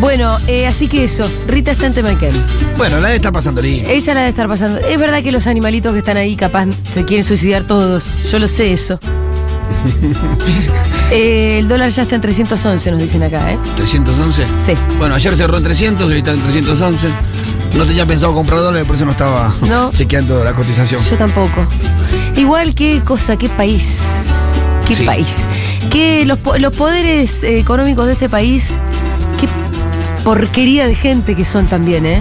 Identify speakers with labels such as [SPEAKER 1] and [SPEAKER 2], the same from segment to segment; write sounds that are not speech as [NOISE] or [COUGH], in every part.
[SPEAKER 1] Bueno, eh, así que eso, Rita está en Temanquén.
[SPEAKER 2] Bueno, la de estar pasando lindo.
[SPEAKER 1] Ella la debe estar pasando. Es verdad que los animalitos que están ahí capaz se quieren suicidar todos. Yo lo sé eso. Eh, el dólar ya está en 311, nos dicen acá, ¿eh?
[SPEAKER 2] 311.
[SPEAKER 1] Sí.
[SPEAKER 2] Bueno, ayer cerró en 300, hoy está en 311. No tenía pensado comprar dólares, por eso no estaba
[SPEAKER 1] No.
[SPEAKER 2] chequeando la cotización.
[SPEAKER 1] Yo tampoco. Igual, qué cosa, qué país. Qué
[SPEAKER 2] Sí.
[SPEAKER 1] país. Que los, po- los poderes eh, económicos de este país, qué porquería de gente que son también, ¿eh?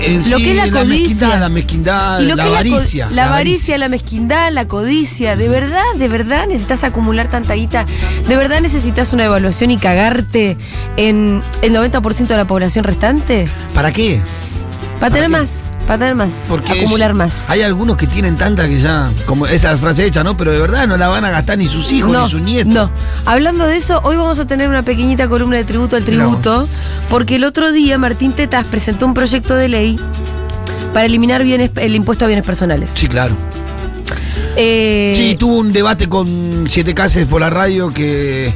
[SPEAKER 2] En
[SPEAKER 1] Lo que es la codicia.
[SPEAKER 2] mezquindad, la mezquindad,
[SPEAKER 1] Y lo
[SPEAKER 2] Ah, la
[SPEAKER 1] que es co-
[SPEAKER 2] avaricia.
[SPEAKER 1] La, avaricia, la mezquindad, la codicia. De verdad, de verdad necesitas acumular tanta guita. De verdad necesitas una evaluación y cagarte en el 90% de la población restante.
[SPEAKER 2] ¿Para qué?
[SPEAKER 1] Para tener
[SPEAKER 2] qué?
[SPEAKER 1] más, para tener más,
[SPEAKER 2] Porque
[SPEAKER 1] acumular
[SPEAKER 2] es-
[SPEAKER 1] más.
[SPEAKER 2] Hay algunos que tienen tanta que ya, como esa frase hecha, ¿no? Pero de verdad no la van a gastar ni sus hijos, ni sus nietos.
[SPEAKER 1] No. Hablando de eso, hoy vamos a tener una pequeñita columna de tributo al
[SPEAKER 2] Mirá vos.
[SPEAKER 1] tributo, porque el otro día Martín Tetas presentó un proyecto de ley para eliminar bienes, el impuesto a bienes personales.
[SPEAKER 2] Sí, claro.
[SPEAKER 1] Eh,
[SPEAKER 2] Sí, tuvo un debate con Siete Cases por la radio que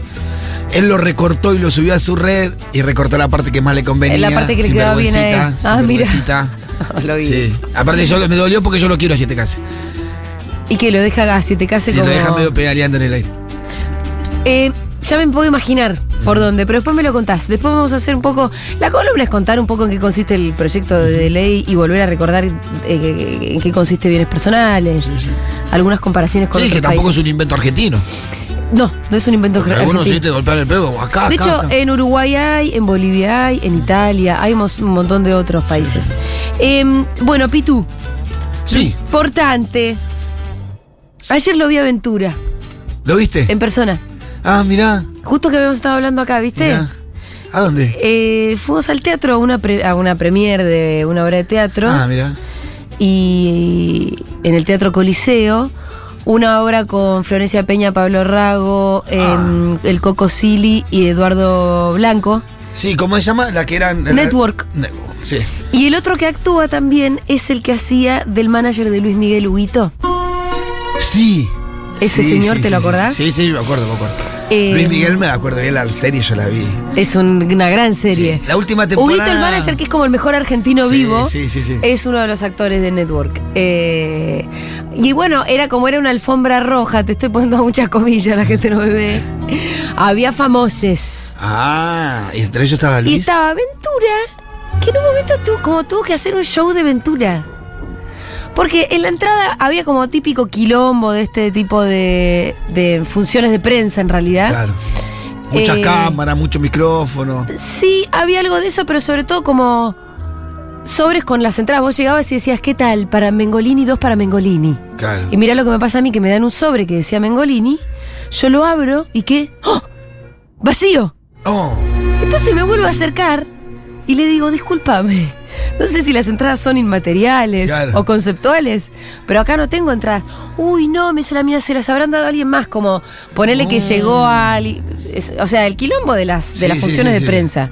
[SPEAKER 2] él lo recortó y lo subió a su red y recortó la parte que más le convenía.
[SPEAKER 1] en la parte que le quedaba bien a él.
[SPEAKER 2] sinvergüencita,
[SPEAKER 1] Ah, mira.
[SPEAKER 2] sinvergüencita.
[SPEAKER 1] No, [LAUGHS] lo vi.
[SPEAKER 2] Sí. Aparte yo lo- me dolió porque yo lo quiero a Siete Cases.
[SPEAKER 1] Y que lo deja a te case
[SPEAKER 2] Si
[SPEAKER 1] como.
[SPEAKER 2] lo dejan medio pedaleando en el aire.
[SPEAKER 1] Eh, ya me puedo imaginar por dónde, pero después me lo contás. Después vamos a hacer un poco. La columna es contar un poco en qué consiste el proyecto de ley y volver a recordar eh, en qué consiste bienes personales. Algunas comparaciones con
[SPEAKER 2] Sí,
[SPEAKER 1] otros
[SPEAKER 2] que tampoco
[SPEAKER 1] países.
[SPEAKER 2] es un invento argentino.
[SPEAKER 1] No, no es un invento
[SPEAKER 2] Porque
[SPEAKER 1] argentino.
[SPEAKER 2] algunos sí te golpean el pelo acá,
[SPEAKER 1] De
[SPEAKER 2] acá,
[SPEAKER 1] hecho, eh,
[SPEAKER 2] acá.
[SPEAKER 1] en Uruguay hay, en Bolivia hay, en Italia hay mos- un montón de otros países. Em, bueno, Pitu,
[SPEAKER 2] Sí,
[SPEAKER 1] importante. Ayer lo vi a Ventura,
[SPEAKER 2] ¿lo viste?
[SPEAKER 1] en persona.
[SPEAKER 2] Ah, mirá.
[SPEAKER 1] Justo que habíamos estado hablando acá, ¿viste?
[SPEAKER 2] mirá. ¿A dónde?
[SPEAKER 1] Eh, fuimos al teatro a una, pre- a una premiere de una obra de teatro
[SPEAKER 2] Ah, mirá.
[SPEAKER 1] y en el Teatro Coliseo una obra con Florencia Peña, Pablo Rago,
[SPEAKER 2] Ah.
[SPEAKER 1] em, el Coco Silly y Eduardo Blanco.
[SPEAKER 2] Sí, ¿cómo se llama? La que eran.
[SPEAKER 1] Network.
[SPEAKER 2] Network, sí.
[SPEAKER 1] Y el otro que actúa también es el que hacía del manager de Luis Miguel Huguito.
[SPEAKER 2] Sí.
[SPEAKER 1] Ese señor, ¿te lo
[SPEAKER 2] sí,
[SPEAKER 1] acordás?
[SPEAKER 2] Sí, sí, me acuerdo, me acuerdo.
[SPEAKER 1] Eh,
[SPEAKER 2] Luis Miguel me acuerdo bien la serie, yo la vi.
[SPEAKER 1] Es un- una gran serie.
[SPEAKER 2] Sí, la última
[SPEAKER 1] Huguito
[SPEAKER 2] temporada-
[SPEAKER 1] el manager, que es como el mejor argentino
[SPEAKER 2] Sí,
[SPEAKER 1] vivo,
[SPEAKER 2] sí, sí, sí.
[SPEAKER 1] es uno de los actores de Network. Eh, y bueno, era como era una alfombra roja, te estoy poniendo muchas comillas, la gente no me ve. Había famosos.
[SPEAKER 2] Ah, y entre ellos estaba Luis.
[SPEAKER 1] Y estaba Ventura, que en un momento tuvo, como tuvo que hacer un show de Ventura. Porque en la entrada había como típico quilombo de este tipo de, de funciones de prensa en realidad.
[SPEAKER 2] Claro. Mucha
[SPEAKER 1] Eh,
[SPEAKER 2] cámara, mucho micrófono.
[SPEAKER 1] Sí, había algo de eso, pero sobre todo como sobres con las entradas. Vos llegabas y decías, ¿qué tal? Para Mengolini, dos para Mengolini.
[SPEAKER 2] Claro.
[SPEAKER 1] Y mirá lo que me pasa a mí, que me dan un sobre que decía Mengolini, yo lo abro y ¿qué? ¡Oh! ¡Vacío!
[SPEAKER 2] Oh,
[SPEAKER 1] Entonces me vuelvo a acercar y le digo, discúlpame. No sé si las entradas son inmateriales
[SPEAKER 2] Claro.
[SPEAKER 1] o conceptuales, pero acá no tengo entradas. Uy, no, me dice la mía, se las habrán dado a alguien más, como ponerle que
[SPEAKER 2] Mm.
[SPEAKER 1] llegó a... ali- es- o sea, el quilombo de las, de
[SPEAKER 2] Sí,
[SPEAKER 1] las
[SPEAKER 2] sí,
[SPEAKER 1] funciones de
[SPEAKER 2] sí, sí.
[SPEAKER 1] prensa.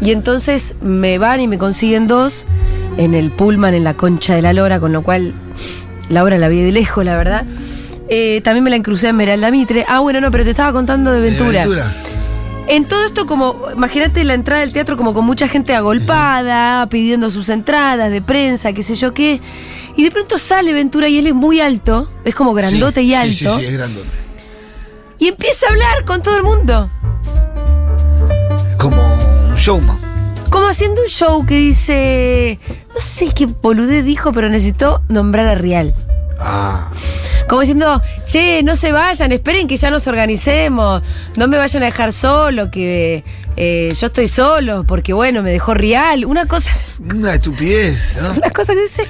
[SPEAKER 1] Y entonces me van y me consiguen dos en el Pullman, en la concha de la lora, con lo cual la obra la vi de lejos, la verdad. Eh, también me la encrucé en Meralda Mitre. Ah, bueno, no, pero te estaba contando de
[SPEAKER 2] de
[SPEAKER 1] Ventura. En todo esto, como, imagínate la entrada del teatro como con mucha gente agolpada, pidiendo sus entradas de prensa, qué sé yo qué. Y de pronto sale Ventura y él es muy alto, es como grandote
[SPEAKER 2] Sí,
[SPEAKER 1] y alto,
[SPEAKER 2] Sí, sí, sí, es grandote.
[SPEAKER 1] y empieza a hablar con todo el mundo.
[SPEAKER 2] Como un showman.
[SPEAKER 1] Como haciendo un show que dice, no sé qué boludez dijo, pero necesitó nombrar a Real.
[SPEAKER 2] Ah.
[SPEAKER 1] Como diciendo, che, no se vayan, esperen que ya nos organicemos, no me vayan a dejar solo, que eh, yo estoy solo, porque bueno, me dejó Real. Una cosa...
[SPEAKER 2] Una estupidez, ¿no?
[SPEAKER 1] Una cosa que dice,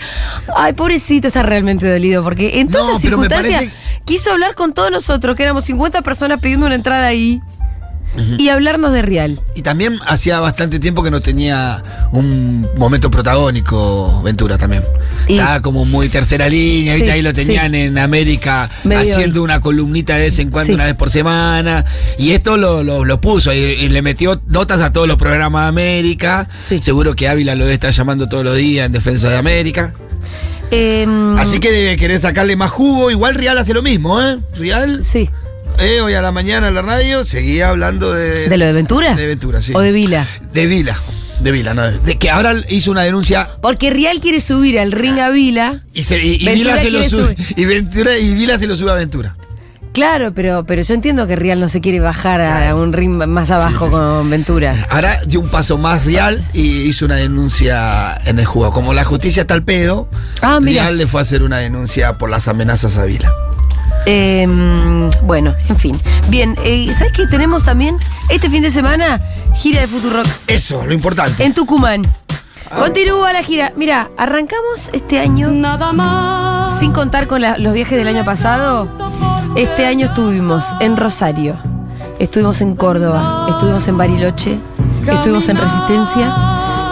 [SPEAKER 1] ay, pobrecito, está realmente dolido, porque en todas
[SPEAKER 2] No,
[SPEAKER 1] esas
[SPEAKER 2] pero me
[SPEAKER 1] circunstancias
[SPEAKER 2] parece-
[SPEAKER 1] quiso hablar con todos nosotros, que éramos 50 personas pidiendo una entrada ahí, y hablarnos de Real.
[SPEAKER 2] Y también hacía bastante tiempo que no tenía un momento protagónico Ventura también.
[SPEAKER 1] Y-
[SPEAKER 2] Estaba como muy tercera línea, ¿viste?
[SPEAKER 1] Sí,
[SPEAKER 2] ahí lo tenían en América
[SPEAKER 1] Medio
[SPEAKER 2] haciendo una columnita de vez en cuando,
[SPEAKER 1] Sí.
[SPEAKER 2] una vez por semana. Y esto lo, lo- lo puso y, y le metió notas a todos los programas de América.
[SPEAKER 1] Sí.
[SPEAKER 2] Seguro que Ávila lo debe estar llamando todos los días en defensa de América.
[SPEAKER 1] Em, Mm.
[SPEAKER 2] Así que debe querer sacarle más jugo. Igual Real hace lo mismo, ¿eh? Real
[SPEAKER 1] Sí.
[SPEAKER 2] eh, hoy a la mañana en la radio, seguía hablando de.
[SPEAKER 1] ¿De lo de Ventura?
[SPEAKER 2] De Ventura, sí.
[SPEAKER 1] ¿O de Vila?
[SPEAKER 2] De Vila. De Vila, no. De que ahora hizo una denuncia
[SPEAKER 1] Porque Real quiere subir al ring a Vila.
[SPEAKER 2] y, se, y, y
[SPEAKER 1] Ventura
[SPEAKER 2] Vila se lo
[SPEAKER 1] quiere
[SPEAKER 2] sube.
[SPEAKER 1] subir.
[SPEAKER 2] Y, Ventura, y Vila se lo sube a Ventura.
[SPEAKER 1] Claro, pero, pero yo entiendo que Real no se quiere bajar a un ring más abajo
[SPEAKER 2] Sí, sí, sí.
[SPEAKER 1] con Ventura.
[SPEAKER 2] Ahora dio un paso más real y hizo una denuncia en el juego. Como la justicia está al pedo,
[SPEAKER 1] Ah, mira.
[SPEAKER 2] Real le fue a hacer una denuncia por las amenazas a Vila.
[SPEAKER 1] Eh, bueno, en fin. Bien, eh, ¿sabes qué tenemos también? Este fin de semana, gira de Futurock
[SPEAKER 2] Eso, lo importante.
[SPEAKER 1] en Tucumán. Continúa la gira. Mira, arrancamos este año.
[SPEAKER 3] Nada más.
[SPEAKER 1] Sin contar con la- los viajes del año pasado, este año estuvimos en Rosario, estuvimos en Córdoba, estuvimos en Bariloche, estuvimos en Resistencia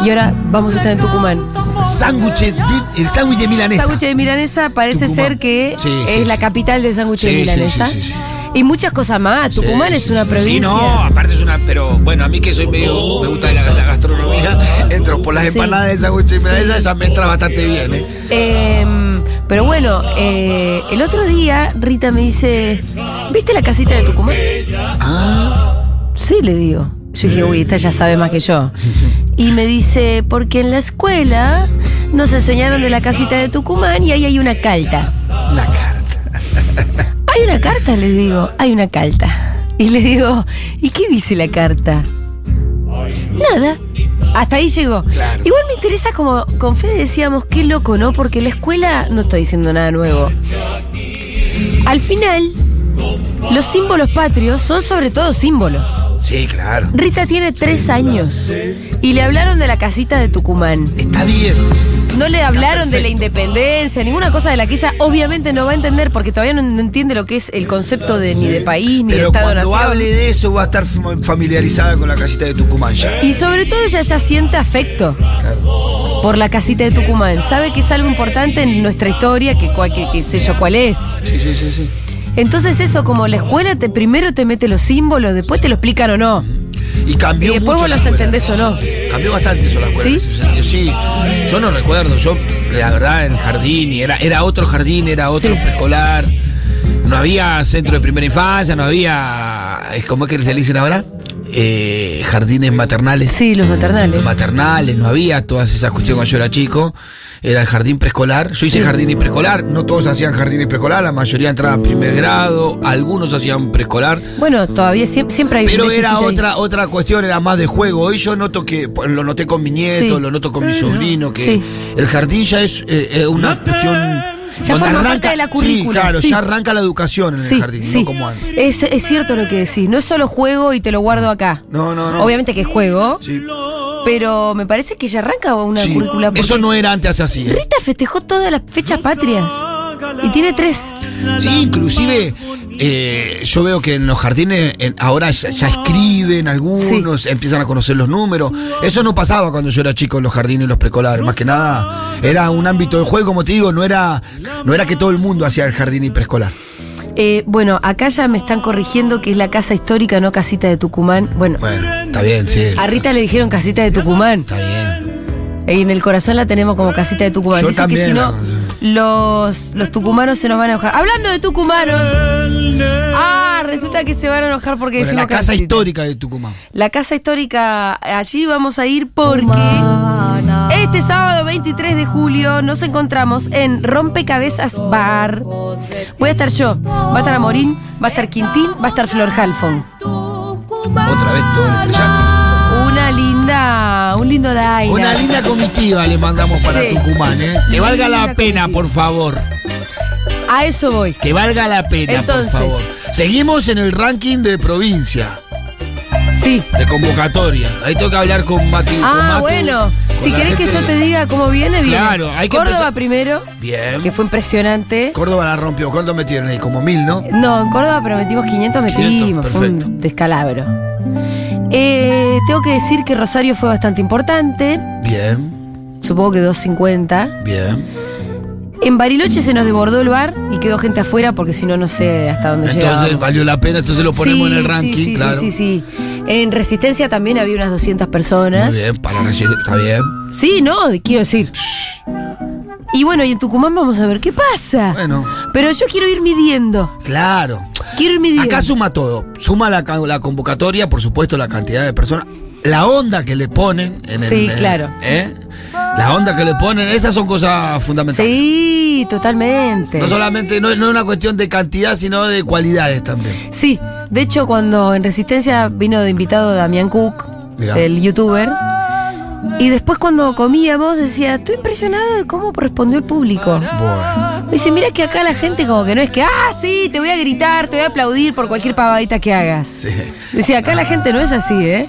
[SPEAKER 1] y ahora vamos a estar en Tucumán.
[SPEAKER 2] Sándwich de- el sándwich de milanesa.
[SPEAKER 1] Sándwich de milanesa parece
[SPEAKER 2] Tucumán.
[SPEAKER 1] ser que
[SPEAKER 2] Sí, sí,
[SPEAKER 1] es la
[SPEAKER 2] sí.
[SPEAKER 1] capital del sándwich
[SPEAKER 2] Sí,
[SPEAKER 1] de
[SPEAKER 2] sí,
[SPEAKER 1] milanesa.
[SPEAKER 2] sí, sí, sí.
[SPEAKER 1] Y muchas cosas más. Tucumán
[SPEAKER 2] Sí,
[SPEAKER 1] es
[SPEAKER 2] sí,
[SPEAKER 1] una
[SPEAKER 2] sí.
[SPEAKER 1] provincia.
[SPEAKER 2] Sí, no, aparte es una. Pero bueno, a mí que soy medio. Me gusta la, la gastronomía. Entro por las
[SPEAKER 1] Sí.
[SPEAKER 2] empanadas de sándwich de milanesa, ya me entra bastante bien, ¿eh?
[SPEAKER 1] Em, pero bueno, eh, el otro día Rita me dice, ¿viste la casita de Tucumán?
[SPEAKER 2] Ah,
[SPEAKER 1] Sí, le digo. Yo dije, uy, esta ya sabe más que yo. Y me dice, porque en la escuela nos enseñaron de la casita de Tucumán y ahí hay una calta.
[SPEAKER 2] la carta.
[SPEAKER 1] Hay una carta, le digo, hay una calta. Y le digo, ¿y qué dice la carta? Nada. Hasta ahí llegó.
[SPEAKER 2] Claro.
[SPEAKER 1] Igual me interesa como con Fede decíamos, qué loco, ¿no? Porque la escuela no está diciendo nada nuevo. Al final, los símbolos patrios son sobre todo símbolos.
[SPEAKER 2] Sí, claro.
[SPEAKER 1] Rita tiene tres años y le hablaron de la casita de Tucumán.
[SPEAKER 2] Está bien.
[SPEAKER 1] No le hablaron de la
[SPEAKER 2] perfecto.
[SPEAKER 1] independencia, ninguna cosa de la que ella obviamente no va a entender porque todavía no, no entiende lo que es el concepto de ni de país ni de
[SPEAKER 2] Pero cuando hable
[SPEAKER 1] Estado-Nación.
[SPEAKER 2] de eso va a estar fam- familiarizada con la casita de Tucumán ya.
[SPEAKER 1] Y sobre todo ella ya siente afecto por la casita de Tucumán. Sabe que es algo importante en nuestra historia, que, cual- que- que sé yo cuál es.
[SPEAKER 2] Sí, sí, sí, sí.
[SPEAKER 1] Entonces eso, como la escuela te primero te mete los símbolos, después te lo explican o no.
[SPEAKER 2] Y cambió
[SPEAKER 1] Y después
[SPEAKER 2] mucho
[SPEAKER 1] vos
[SPEAKER 2] la
[SPEAKER 1] los
[SPEAKER 2] escuela.
[SPEAKER 1] entendés o no.
[SPEAKER 2] Cambió bastante eso la escuela.
[SPEAKER 1] ¿Sí?
[SPEAKER 2] en ese sentido. Sí, yo no recuerdo. Yo, la verdad, en el jardín, y era, era otro jardín, era otro
[SPEAKER 1] Sí.
[SPEAKER 2] preescolar. No había centro de primera infancia, no había. eh, ¿Cómo es que se le dicen ahora? Eh, jardines maternales.
[SPEAKER 1] Sí, los maternales.
[SPEAKER 2] Los maternales, no había todas esas cuestiones cuando yo era chico. Era el jardín preescolar. Yo hice
[SPEAKER 1] Sí.
[SPEAKER 2] jardín y preescolar. No todos hacían jardín y preescolar, la mayoría entraba a primer grado, algunos hacían preescolar.
[SPEAKER 1] Bueno, todavía siem- siempre hay un
[SPEAKER 2] Pero
[SPEAKER 1] déficit
[SPEAKER 2] era
[SPEAKER 1] ahí.
[SPEAKER 2] otra, otra cuestión, era más de juego. Hoy yo noto que pues, lo noté con mi nieto,
[SPEAKER 1] Sí.
[SPEAKER 2] lo noto con mi sobrino, que
[SPEAKER 1] Sí.
[SPEAKER 2] el jardín ya es eh, eh, una cuestión.
[SPEAKER 1] Ya
[SPEAKER 2] donde
[SPEAKER 1] forma parte de la currícula,
[SPEAKER 2] Sí, claro,
[SPEAKER 1] sí.
[SPEAKER 2] ya arranca la educación en el jardín, no como antes.
[SPEAKER 1] es, es cierto lo que decís. No es solo juego y te lo guardo acá.
[SPEAKER 2] No, no, no.
[SPEAKER 1] Obviamente que es juego,
[SPEAKER 2] Sí,
[SPEAKER 1] pero me parece que ya arranca una
[SPEAKER 2] sí.
[SPEAKER 1] currícula. porque
[SPEAKER 2] Eso no era antes así. ¿eh?
[SPEAKER 1] Rita festejó todas las fechas patrias. Y tiene tres.
[SPEAKER 2] Sí, inclusive eh, yo veo que en los jardines en- ahora ya, ya escriben algunos, empiezan a conocer los números. Eso no pasaba cuando yo era chico en los jardines y los precolares. Más que nada, era un ámbito de juego, como te digo, no era, no era que todo el mundo hacía el jardín y preescolar.
[SPEAKER 1] Eh, bueno, acá ya me están corrigiendo que es la casa histórica, no casita de Tucumán. Bueno,
[SPEAKER 2] Bueno, está bien, sí.
[SPEAKER 1] a Rita le dijeron casita de Tucumán.
[SPEAKER 2] Está bien.
[SPEAKER 1] Y en el corazón la tenemos como casita de Tucumán.
[SPEAKER 2] Yo
[SPEAKER 1] Dicen que
[SPEAKER 2] también
[SPEAKER 1] si no,
[SPEAKER 2] la-
[SPEAKER 1] los, los tucumanos se nos van a enojar. Hablando de tucumanos. Ah, resulta que se van a enojar porque
[SPEAKER 2] Bueno,
[SPEAKER 1] decimos
[SPEAKER 2] la casa
[SPEAKER 1] casita.
[SPEAKER 2] histórica de Tucumán.
[SPEAKER 1] La casa histórica, allí vamos a ir porque este sábado 23 de julio nos encontramos en Rompecabezas Bar. Voy a estar yo, va a estar Amorín, va a estar Quintín, va a estar Flor Halfon.
[SPEAKER 2] Otra vez todo el estrellato.
[SPEAKER 1] Una linda, un lindo line.
[SPEAKER 2] Una linda comitiva le mandamos para
[SPEAKER 1] Sí.
[SPEAKER 2] Tucumán, ¿eh? Que valga
[SPEAKER 1] Linda
[SPEAKER 2] la pena,
[SPEAKER 1] comitiva.
[SPEAKER 2] por favor.
[SPEAKER 1] A eso voy.
[SPEAKER 2] Que valga la pena,
[SPEAKER 1] Entonces.
[SPEAKER 2] por favor. Seguimos en el ranking de provincia.
[SPEAKER 1] Sí.
[SPEAKER 2] De convocatoria. Ahí tengo que hablar con Mati. con
[SPEAKER 1] Ah,
[SPEAKER 2] Matu,
[SPEAKER 1] bueno.
[SPEAKER 2] con
[SPEAKER 1] Si
[SPEAKER 2] la
[SPEAKER 1] querés que yo
[SPEAKER 2] gente de-
[SPEAKER 1] te diga cómo viene, viene.
[SPEAKER 2] Claro, hay que
[SPEAKER 1] Córdoba
[SPEAKER 2] empezar-
[SPEAKER 1] primero, que
[SPEAKER 2] Bien.
[SPEAKER 1] fue impresionante.
[SPEAKER 2] Córdoba la rompió. ¿Cuánto metieron ahí? Como mil, ¿no?
[SPEAKER 1] No, en Córdoba prometimos 500,
[SPEAKER 2] 500,
[SPEAKER 1] metimos. Fue
[SPEAKER 2] perfecto.
[SPEAKER 1] un descalabro. Eh, tengo que decir que Rosario fue bastante importante.
[SPEAKER 2] Bien,
[SPEAKER 1] Supongo que 250.
[SPEAKER 2] bien.
[SPEAKER 1] En Bariloche se nos desbordó el bar y quedó gente afuera porque si no, no sé hasta dónde
[SPEAKER 2] Entonces
[SPEAKER 1] llegábamos.
[SPEAKER 2] valió la pena, entonces lo ponemos
[SPEAKER 1] Sí,
[SPEAKER 2] en el
[SPEAKER 1] sí,
[SPEAKER 2] ranking,
[SPEAKER 1] sí, sí,
[SPEAKER 2] claro.
[SPEAKER 1] Sí, sí, En Resistencia también había unas 200 personas.
[SPEAKER 2] Muy bien, para recibir. Está bien.
[SPEAKER 1] Sí, no, quiero decir. Y bueno, y en Tucumán vamos a ver qué pasa.
[SPEAKER 2] Bueno.
[SPEAKER 1] Pero yo quiero ir midiendo.
[SPEAKER 2] Claro.
[SPEAKER 1] Quiero irme bien.
[SPEAKER 2] Acá suma todo. Suma la, la convocatoria, por supuesto, la cantidad de personas. La onda que le ponen en el.
[SPEAKER 1] Sí,
[SPEAKER 2] en-
[SPEAKER 1] claro.
[SPEAKER 2] ¿eh? La onda que le ponen, esas son cosas fundamentales.
[SPEAKER 1] Sí, totalmente.
[SPEAKER 2] No solamente, no, no es una cuestión de cantidad, sino de cualidades también.
[SPEAKER 1] Sí, de hecho cuando en Resistencia vino de invitado Damián Cook,
[SPEAKER 2] Mirá.
[SPEAKER 1] el youtuber, y después cuando comíamos decía, estoy impresionado de cómo respondió el público.
[SPEAKER 2] Bueno.
[SPEAKER 1] Me dice, mira que acá la gente como que no es que, ah, sí, te voy a gritar, te voy a aplaudir por cualquier pavadita que hagas.
[SPEAKER 2] Sí.
[SPEAKER 1] Dice, acá la gente no es así, ¿eh?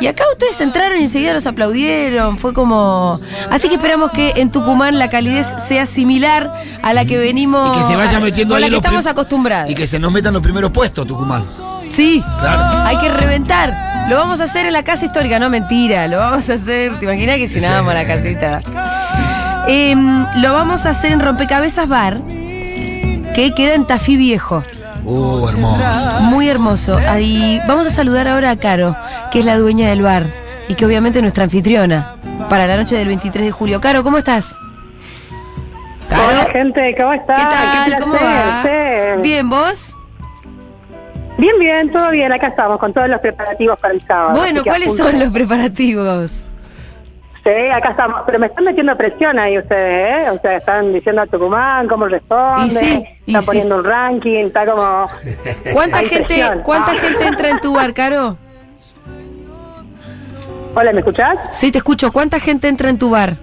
[SPEAKER 1] Y acá ustedes entraron y enseguida los aplaudieron, fue como... Así que esperamos que en Tucumán la calidez sea similar a la que venimos...
[SPEAKER 2] Y que se vaya
[SPEAKER 1] a-
[SPEAKER 2] metiendo
[SPEAKER 1] con
[SPEAKER 2] ahí
[SPEAKER 1] la que
[SPEAKER 2] los prim-
[SPEAKER 1] estamos acostumbrados.
[SPEAKER 2] Y que se nos metan los primeros puestos, Tucumán.
[SPEAKER 1] Sí,
[SPEAKER 2] Claro.
[SPEAKER 1] hay que reventar. Lo vamos a hacer en la casa histórica, no mentira. Lo vamos a hacer. ¿Te imaginas que llenábamos la casita? Em, lo vamos a hacer en Rompecabezas Bar, que queda en Tafí Viejo.
[SPEAKER 2] Uh, hermoso.
[SPEAKER 1] Muy hermoso. Ahí vamos a saludar ahora a Caro, que es la dueña del bar y que obviamente es nuestra anfitriona para la noche del 23 de julio. Caro, ¿cómo estás?
[SPEAKER 3] Hola
[SPEAKER 1] Caro,
[SPEAKER 3] gente, ¿cómo están?
[SPEAKER 1] ¿qué tal? ¿Cómo va?
[SPEAKER 3] Bien.
[SPEAKER 1] Bien, ¿vos?
[SPEAKER 3] bien, bien, todo bien, acá estamos con todos los preparativos para el sábado.
[SPEAKER 1] Bueno,
[SPEAKER 3] así que
[SPEAKER 1] ¿cuáles
[SPEAKER 3] apunta.
[SPEAKER 1] son los preparativos?
[SPEAKER 3] Sí, acá estamos, pero me están metiendo presión ahí ustedes, ¿eh? O sea, están diciendo a Tucumán cómo responde,
[SPEAKER 1] Y sí, y
[SPEAKER 3] están
[SPEAKER 1] sí.
[SPEAKER 3] poniendo un ranking, está
[SPEAKER 1] [LAUGHS]
[SPEAKER 3] como...
[SPEAKER 1] ¿Cuánta
[SPEAKER 3] Hay
[SPEAKER 1] gente,
[SPEAKER 3] presión.
[SPEAKER 1] cuánta
[SPEAKER 3] Ah.
[SPEAKER 1] gente entra en tu bar, Caro?
[SPEAKER 3] Hola, ¿me escuchás?
[SPEAKER 1] Sí, te escucho. ¿Cuánta gente entra en tu bar?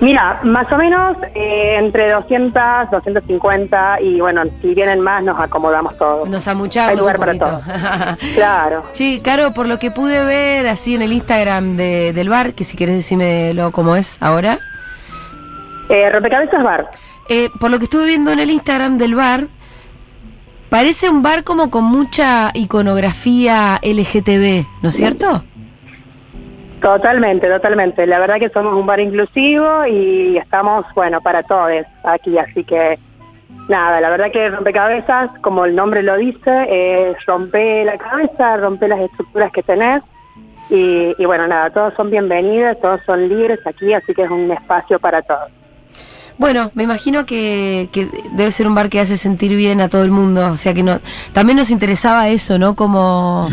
[SPEAKER 3] Mira, más o menos eh, entre 200, 250 y bueno, si vienen más nos acomodamos todos.
[SPEAKER 1] Nos amuchamos
[SPEAKER 3] Hay lugar
[SPEAKER 1] un poquito.
[SPEAKER 3] para
[SPEAKER 1] [LAUGHS]
[SPEAKER 3] Claro.
[SPEAKER 1] Sí, Caro, por lo que pude ver así en el Instagram de- del bar, que si querés decímelo cómo es ahora,
[SPEAKER 3] Eh, rompecabezas Bar.
[SPEAKER 1] eh, por lo que estuve viendo en el Instagram del bar, parece un bar como con mucha iconografía LGTB, ¿no es cierto?
[SPEAKER 3] Totalmente, totalmente. La verdad que somos un bar inclusivo y estamos, bueno, para todos aquí. Así que, nada, la verdad que rompecabezas, como el nombre lo dice, es rompe la cabeza, rompe las estructuras que tenés. Y, y bueno, nada, todos son bienvenidos, todos son libres aquí, así que es un espacio para todos.
[SPEAKER 1] Bueno, me imagino que, que debe ser un bar que hace sentir bien a todo el mundo. O sea que no, también nos interesaba eso, ¿no? Como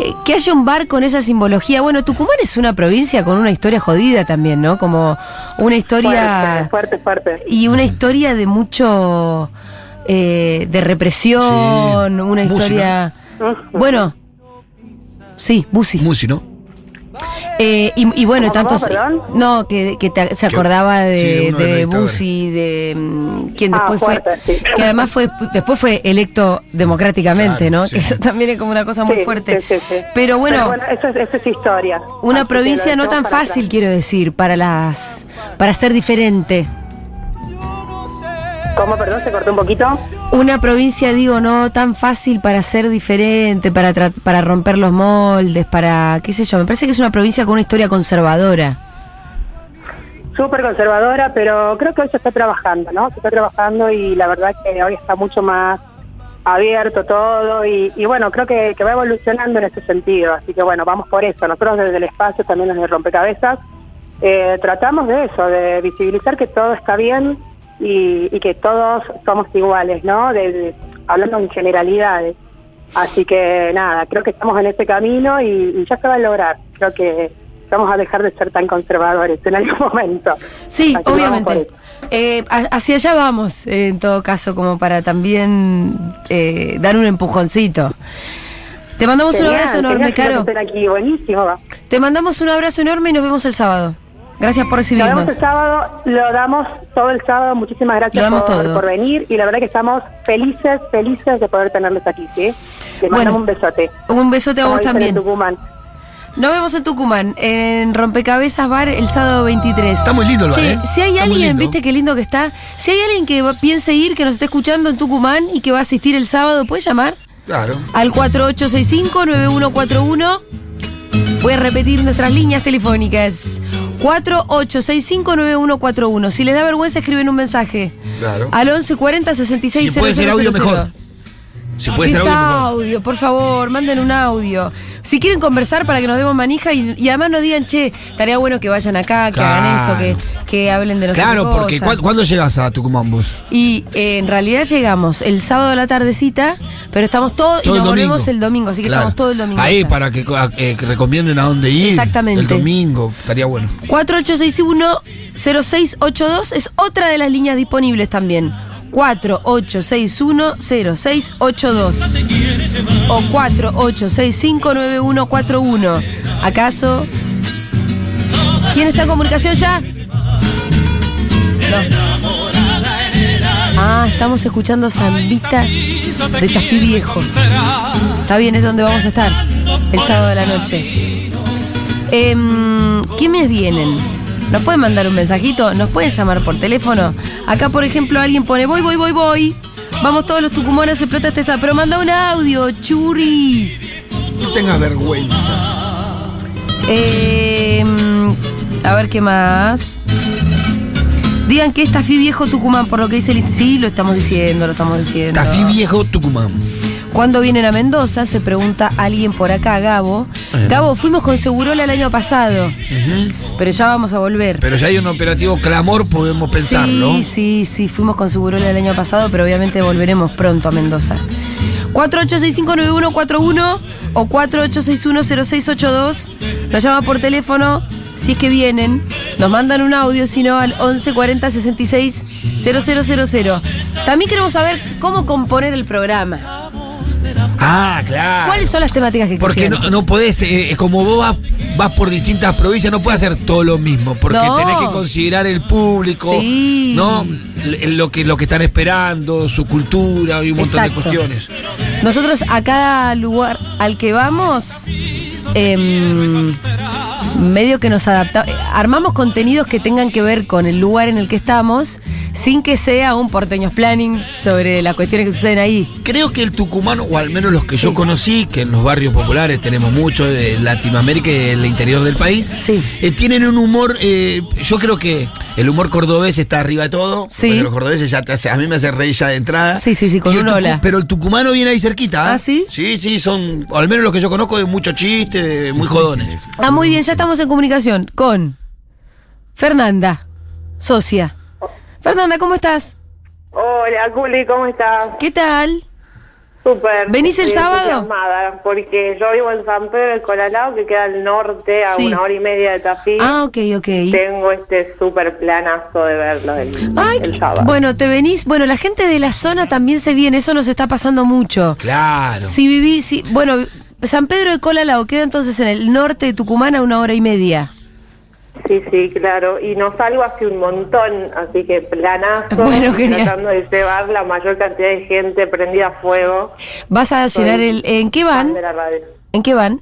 [SPEAKER 1] eh, que haya un bar con esa simbología. Bueno, Tucumán es una provincia con una historia jodida también, ¿no? Como una historia
[SPEAKER 3] Fuerte, fuerte, fuerte.
[SPEAKER 1] y una historia de mucho eh, de represión,
[SPEAKER 2] Sí,
[SPEAKER 1] una
[SPEAKER 2] Bussi,
[SPEAKER 1] historia.
[SPEAKER 3] Mm.
[SPEAKER 1] Bueno, sí, Busi.
[SPEAKER 2] Musi, ¿no?
[SPEAKER 1] Eh, y, y bueno,
[SPEAKER 3] ¿Cómo,
[SPEAKER 1] tantos.
[SPEAKER 3] cómo, perdón?
[SPEAKER 1] No, que, que te- se acordaba
[SPEAKER 2] Sí,
[SPEAKER 1] de,
[SPEAKER 2] uno de los
[SPEAKER 1] de
[SPEAKER 2] dictadores.
[SPEAKER 1] Bussi, de mm, quien
[SPEAKER 3] Ah,
[SPEAKER 1] después
[SPEAKER 3] fuerte,
[SPEAKER 1] fue.
[SPEAKER 3] sí.
[SPEAKER 1] Que además fue después fue electo democráticamente,
[SPEAKER 2] Claro,
[SPEAKER 1] ¿no?
[SPEAKER 2] sí.
[SPEAKER 1] Que eso también es como una cosa muy
[SPEAKER 3] Sí,
[SPEAKER 1] fuerte.
[SPEAKER 3] sí, sí, sí.
[SPEAKER 1] Pero bueno,
[SPEAKER 3] eso, es, eso es historia.
[SPEAKER 1] una
[SPEAKER 3] Así que lo
[SPEAKER 1] provincia no
[SPEAKER 3] dejamos
[SPEAKER 1] tan
[SPEAKER 3] para atrás.
[SPEAKER 1] fácil, quiero decir, para las. para ser diferente.
[SPEAKER 3] ¿Cómo, perdón? ¿Se cortó un poquito?
[SPEAKER 1] Una provincia, digo, no tan fácil para ser diferente, para, tra- para romper los moldes, para. qué sé yo. Me parece que es una provincia con una historia conservadora.
[SPEAKER 3] súper conservadora, pero creo que hoy se está trabajando, ¿no? Se está trabajando y la verdad que hoy está mucho más abierto todo y, y bueno, creo que, que va evolucionando en ese sentido. Así que bueno, vamos por eso. Nosotros desde el espacio, también desde Rompecabezas, eh, tratamos de eso, de visibilizar que todo está bien y, y que todos somos iguales, ¿no? De- de- hablando en generalidades. Así que nada, creo que estamos en ese camino y, y ya se va a lograr. Creo que vamos a dejar de ser tan conservadores en algún [LAUGHS] momento.
[SPEAKER 1] Sí,
[SPEAKER 3] Así que vamos
[SPEAKER 1] obviamente.
[SPEAKER 3] por eso.
[SPEAKER 1] Eh, a- hacia allá vamos, eh, en todo caso, como para también eh, dar un empujoncito. Te mandamos un
[SPEAKER 3] Genial,
[SPEAKER 1] abrazo
[SPEAKER 3] genial
[SPEAKER 1] enorme,
[SPEAKER 3] que
[SPEAKER 1] Caro.
[SPEAKER 3] nos estén aquí, buenísimo.
[SPEAKER 1] Te mandamos un abrazo enorme y nos vemos el sábado. Gracias por
[SPEAKER 3] Lo damos el
[SPEAKER 1] recibirnos.
[SPEAKER 3] sábado, lo damos todo el sábado. Muchísimas
[SPEAKER 1] Lo
[SPEAKER 3] gracias
[SPEAKER 1] damos
[SPEAKER 3] por,
[SPEAKER 1] todo.
[SPEAKER 3] por venir y la verdad que estamos felices, felices de poder tenerles aquí, ¿sí? Les
[SPEAKER 1] Bueno,
[SPEAKER 3] mandamos un besote.
[SPEAKER 1] Un besote a
[SPEAKER 3] Como
[SPEAKER 1] vos
[SPEAKER 3] dicen en
[SPEAKER 1] también.
[SPEAKER 3] Tucumán.
[SPEAKER 1] Nos vemos en Tucumán, en Rompecabezas Bar, el sábado 23.
[SPEAKER 2] Está muy lindo el bar,
[SPEAKER 1] Che,
[SPEAKER 2] ¿eh?
[SPEAKER 1] si hay
[SPEAKER 2] Está muy
[SPEAKER 1] alguien,
[SPEAKER 2] lindo.
[SPEAKER 1] viste qué lindo que está, si hay alguien que va- piense ir, que nos esté escuchando en Tucumán y que va a asistir el sábado, ¿puede llamar?
[SPEAKER 2] Claro.
[SPEAKER 1] al 4865-9141. Voy a repetir nuestras líneas telefónicas. 4865-9141. Si les da vergüenza, escriben un mensaje.
[SPEAKER 2] Claro.
[SPEAKER 1] Al 1140 66
[SPEAKER 2] Si puede ser audio, mejor. Si puede
[SPEAKER 1] Sí,
[SPEAKER 2] ser
[SPEAKER 1] es
[SPEAKER 2] audio, mejor.
[SPEAKER 1] audio, por favor, manden un audio. Si quieren conversar para que nos demos manija y, y además nos digan, che, estaría bueno que vayan acá, que
[SPEAKER 2] Claro.
[SPEAKER 1] hagan esto, que, que hablen de los
[SPEAKER 2] Claro, porque ¿cuán- ¿cuándo llegas a Tucumán vos?
[SPEAKER 1] Y eh, en realidad llegamos el sábado a la tardecita, pero estamos todos y nos
[SPEAKER 2] Todo el domingo.
[SPEAKER 1] volvemos el domingo, así que
[SPEAKER 2] Claro.
[SPEAKER 1] estamos todo el domingo.
[SPEAKER 2] Ahí
[SPEAKER 1] allá.
[SPEAKER 2] para que, co- a- eh, que recomienden a dónde ir.
[SPEAKER 1] Exactamente.
[SPEAKER 2] El domingo, estaría bueno.
[SPEAKER 1] 4861-0682 es otra de las líneas disponibles también. 4861-0682 o 4865-9141. ¿Acaso? ¿Quién está en comunicación ya? No. Ah, estamos escuchando Zambita de Tafí Viejo. Está bien, es donde vamos a estar el sábado de la noche. Em, ¿Quiénes vienen? ¿Nos pueden mandar un mensajito? ¿Nos pueden llamar por teléfono? Acá, por ejemplo, alguien pone, voy, voy, voy, voy. Vamos todos los tucumanos, explota este sa- Pero manda un audio, churi.
[SPEAKER 2] No tengas vergüenza.
[SPEAKER 1] Em, a ver qué más. Digan que es Tafí Viejo Tucumán, por lo que dice el... inst- Sí, lo estamos diciendo, lo estamos diciendo.
[SPEAKER 2] Tafí Viejo, Tucumán.
[SPEAKER 1] ¿Cuándo vienen a Mendoza? Se pregunta alguien por acá, Gabo.
[SPEAKER 2] Eh.
[SPEAKER 1] Gabo, fuimos con Segurola el año pasado, pero ya vamos a volver.
[SPEAKER 2] Pero ya hay un operativo clamor, podemos pensarlo.
[SPEAKER 1] Sí, sí, sí, fuimos con Segurola el año pasado, pero obviamente volveremos pronto a Mendoza. 48659141 o 48610682. Nos llama por teléfono si es que vienen. Nos mandan un audio, si no, al 1140660000. También queremos saber cómo componer el programa.
[SPEAKER 2] Ah, claro.
[SPEAKER 1] ¿Cuáles son las temáticas que
[SPEAKER 2] Porque
[SPEAKER 1] quisieran?
[SPEAKER 2] no, no podés, eh, como vos vas, vas por distintas provincias, no puedes hacer todo lo mismo, porque
[SPEAKER 1] No.
[SPEAKER 2] tenés que considerar el público,
[SPEAKER 1] Sí.
[SPEAKER 2] ¿no? L- Lo que, lo que están esperando, su cultura y un montón
[SPEAKER 1] Exacto.
[SPEAKER 2] de cuestiones.
[SPEAKER 1] Nosotros a cada lugar al que vamos, em, medio que nos adaptamos, armamos contenidos que tengan que ver con el lugar en el que estamos, sin que sea un porteños planning sobre las cuestiones que suceden ahí.
[SPEAKER 2] Creo que el tucumano, o al menos los que
[SPEAKER 1] Sí.
[SPEAKER 2] yo conocí, que en los barrios populares tenemos mucho de Latinoamérica y del interior del país,
[SPEAKER 1] Sí.
[SPEAKER 2] eh, tienen un humor, eh, yo creo que el humor cordobés está arriba de todo,
[SPEAKER 1] Sí.
[SPEAKER 2] porque los cordobeses ya te hace- a mí me hace reír ya de entrada.
[SPEAKER 1] Sí, sí, sí, con
[SPEAKER 2] Y el
[SPEAKER 1] un
[SPEAKER 2] tucu-
[SPEAKER 1] hola.
[SPEAKER 2] Pero el tucumano viene ahí cerquita. ¿eh?
[SPEAKER 1] ¿Ah, sí?
[SPEAKER 2] Sí, sí, son, o al menos los que yo conozco, de mucho chiste, muy jodones.
[SPEAKER 1] Ah, muy bien, ya estamos en comunicación con Fernanda, socia. Fernanda, ¿cómo estás?
[SPEAKER 4] Hola, Culi, ¿cómo estás?
[SPEAKER 1] ¿Qué tal?
[SPEAKER 4] Súper.
[SPEAKER 1] ¿Venís el
[SPEAKER 4] Estoy
[SPEAKER 1] sábado?
[SPEAKER 4] entusiasmada, Porque yo vivo en San Pedro del Colalao, que queda al norte, a
[SPEAKER 1] Sí.
[SPEAKER 4] una hora y media de Tafí.
[SPEAKER 1] Ah, ok, ok.
[SPEAKER 4] Tengo este súper planazo de verlo el,
[SPEAKER 1] Ay,
[SPEAKER 4] el
[SPEAKER 1] qué-
[SPEAKER 4] sábado.
[SPEAKER 1] bueno, te venís. Bueno, la gente de la zona también se viene, eso nos está pasando mucho.
[SPEAKER 2] Claro.
[SPEAKER 1] Si vivís, si, bueno, San Pedro de Colalao queda entonces en el norte de Tucumán a una hora y media.
[SPEAKER 4] Sí, sí, claro. Y no salgo hace un montón, así que planazo.
[SPEAKER 1] [LAUGHS] Bueno, genial.
[SPEAKER 4] Tratando de llevar la mayor cantidad de gente prendida a fuego.
[SPEAKER 1] Vas a
[SPEAKER 4] Soy
[SPEAKER 1] llenar el... ¿En qué van?
[SPEAKER 4] fan De la radio.
[SPEAKER 1] ¿En qué van?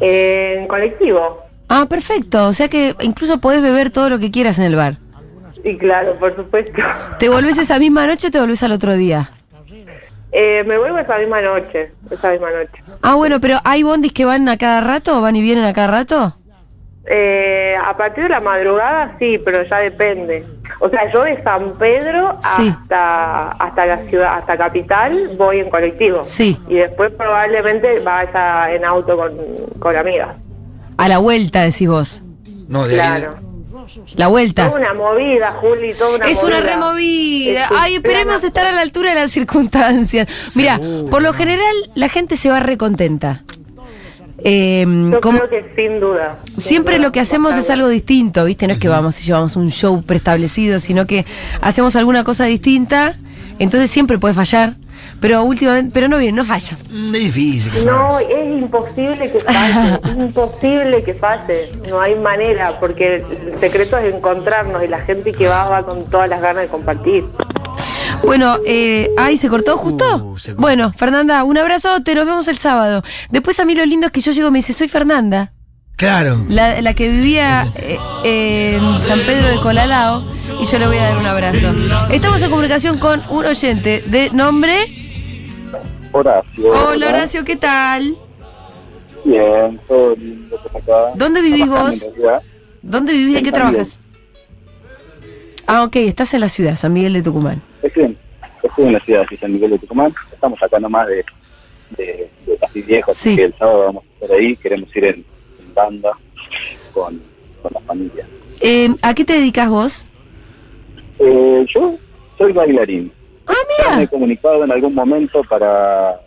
[SPEAKER 4] En colectivo.
[SPEAKER 1] Ah, perfecto. O sea que incluso podés beber todo lo que quieras en el bar.
[SPEAKER 4] Y claro, por supuesto. [LAUGHS]
[SPEAKER 1] ¿Te volvés esa misma noche o te volvés al otro día?
[SPEAKER 4] Eh, me vuelvo esa misma noche. Esa misma noche.
[SPEAKER 1] Ah, bueno, pero ¿hay bondis que van a cada rato? ¿Van y vienen a cada rato?
[SPEAKER 4] Eh, a partir de la madrugada sí, pero ya depende. O sea, yo de San Pedro
[SPEAKER 1] Sí.
[SPEAKER 4] hasta hasta la ciudad, hasta capital, voy en colectivo.
[SPEAKER 1] Sí.
[SPEAKER 4] Y después probablemente vaya en auto con, con amigas.
[SPEAKER 1] A la vuelta, decís vos.
[SPEAKER 2] No, de ahí-
[SPEAKER 4] Claro.
[SPEAKER 1] La vuelta.
[SPEAKER 4] Toda una movida, Juli, toda una
[SPEAKER 1] es una
[SPEAKER 4] movida.
[SPEAKER 1] removida.
[SPEAKER 4] Es un
[SPEAKER 1] Ay, esperemos
[SPEAKER 4] planazo.
[SPEAKER 1] estar a la altura de las circunstancias. Mira,
[SPEAKER 2] Seguro.
[SPEAKER 1] por lo general la gente se va recontenta. Eh,
[SPEAKER 4] Yo
[SPEAKER 1] como-
[SPEAKER 4] creo que sin duda. sin
[SPEAKER 1] siempre
[SPEAKER 4] duda,
[SPEAKER 1] lo que hacemos es
[SPEAKER 4] bastante.
[SPEAKER 1] algo distinto, ¿viste? No es que vamos y llevamos un show preestablecido, sino que hacemos alguna cosa distinta. Entonces siempre puede fallar, pero últimamente, pero no bien, no falla.
[SPEAKER 2] Mm, Es difícil. que
[SPEAKER 4] No,
[SPEAKER 2] falle.
[SPEAKER 4] es imposible que
[SPEAKER 5] [LAUGHS]
[SPEAKER 4] falle, es imposible que falle, no hay manera, porque el secreto es encontrarnos y la gente que va va con todas las ganas de compartir.
[SPEAKER 1] Bueno, eh, ay, ¿se cortó justo?
[SPEAKER 2] Uh, se cortó.
[SPEAKER 1] Bueno, Fernanda, un abrazote, nos vemos el sábado. Después a mí lo lindo es que yo llego y me dice, soy Fernanda.
[SPEAKER 2] Claro.
[SPEAKER 1] La, la que vivía eh, en San Pedro de Colalao y yo le voy a dar un abrazo. Estamos en comunicación con un oyente de nombre.
[SPEAKER 6] Horacio.
[SPEAKER 1] Hola Horacio, ¿qué tal?
[SPEAKER 6] Bien, todo lindo por acá.
[SPEAKER 1] ¿Dónde vivís
[SPEAKER 6] Trabajando
[SPEAKER 1] vos?
[SPEAKER 6] en realidad.
[SPEAKER 1] ¿Dónde vivís? ¿De qué
[SPEAKER 6] En San
[SPEAKER 1] trabajas? Ah, ok, estás en la ciudad, San Miguel de Tucumán.
[SPEAKER 6] Estoy en, estoy estoy en la ciudad de San Miguel de Tucumán. Estamos acá nomás de, de, de Castillo Viejo, así
[SPEAKER 1] Sí.
[SPEAKER 6] que el sábado vamos a estar ahí. Queremos ir en, en banda con, con la familia.
[SPEAKER 1] Eh, ¿A qué te dedicas vos?
[SPEAKER 6] Eh, yo soy bailarín.
[SPEAKER 1] Ah,
[SPEAKER 6] Ya me he
[SPEAKER 1] mira.
[SPEAKER 6] comunicado en algún momento para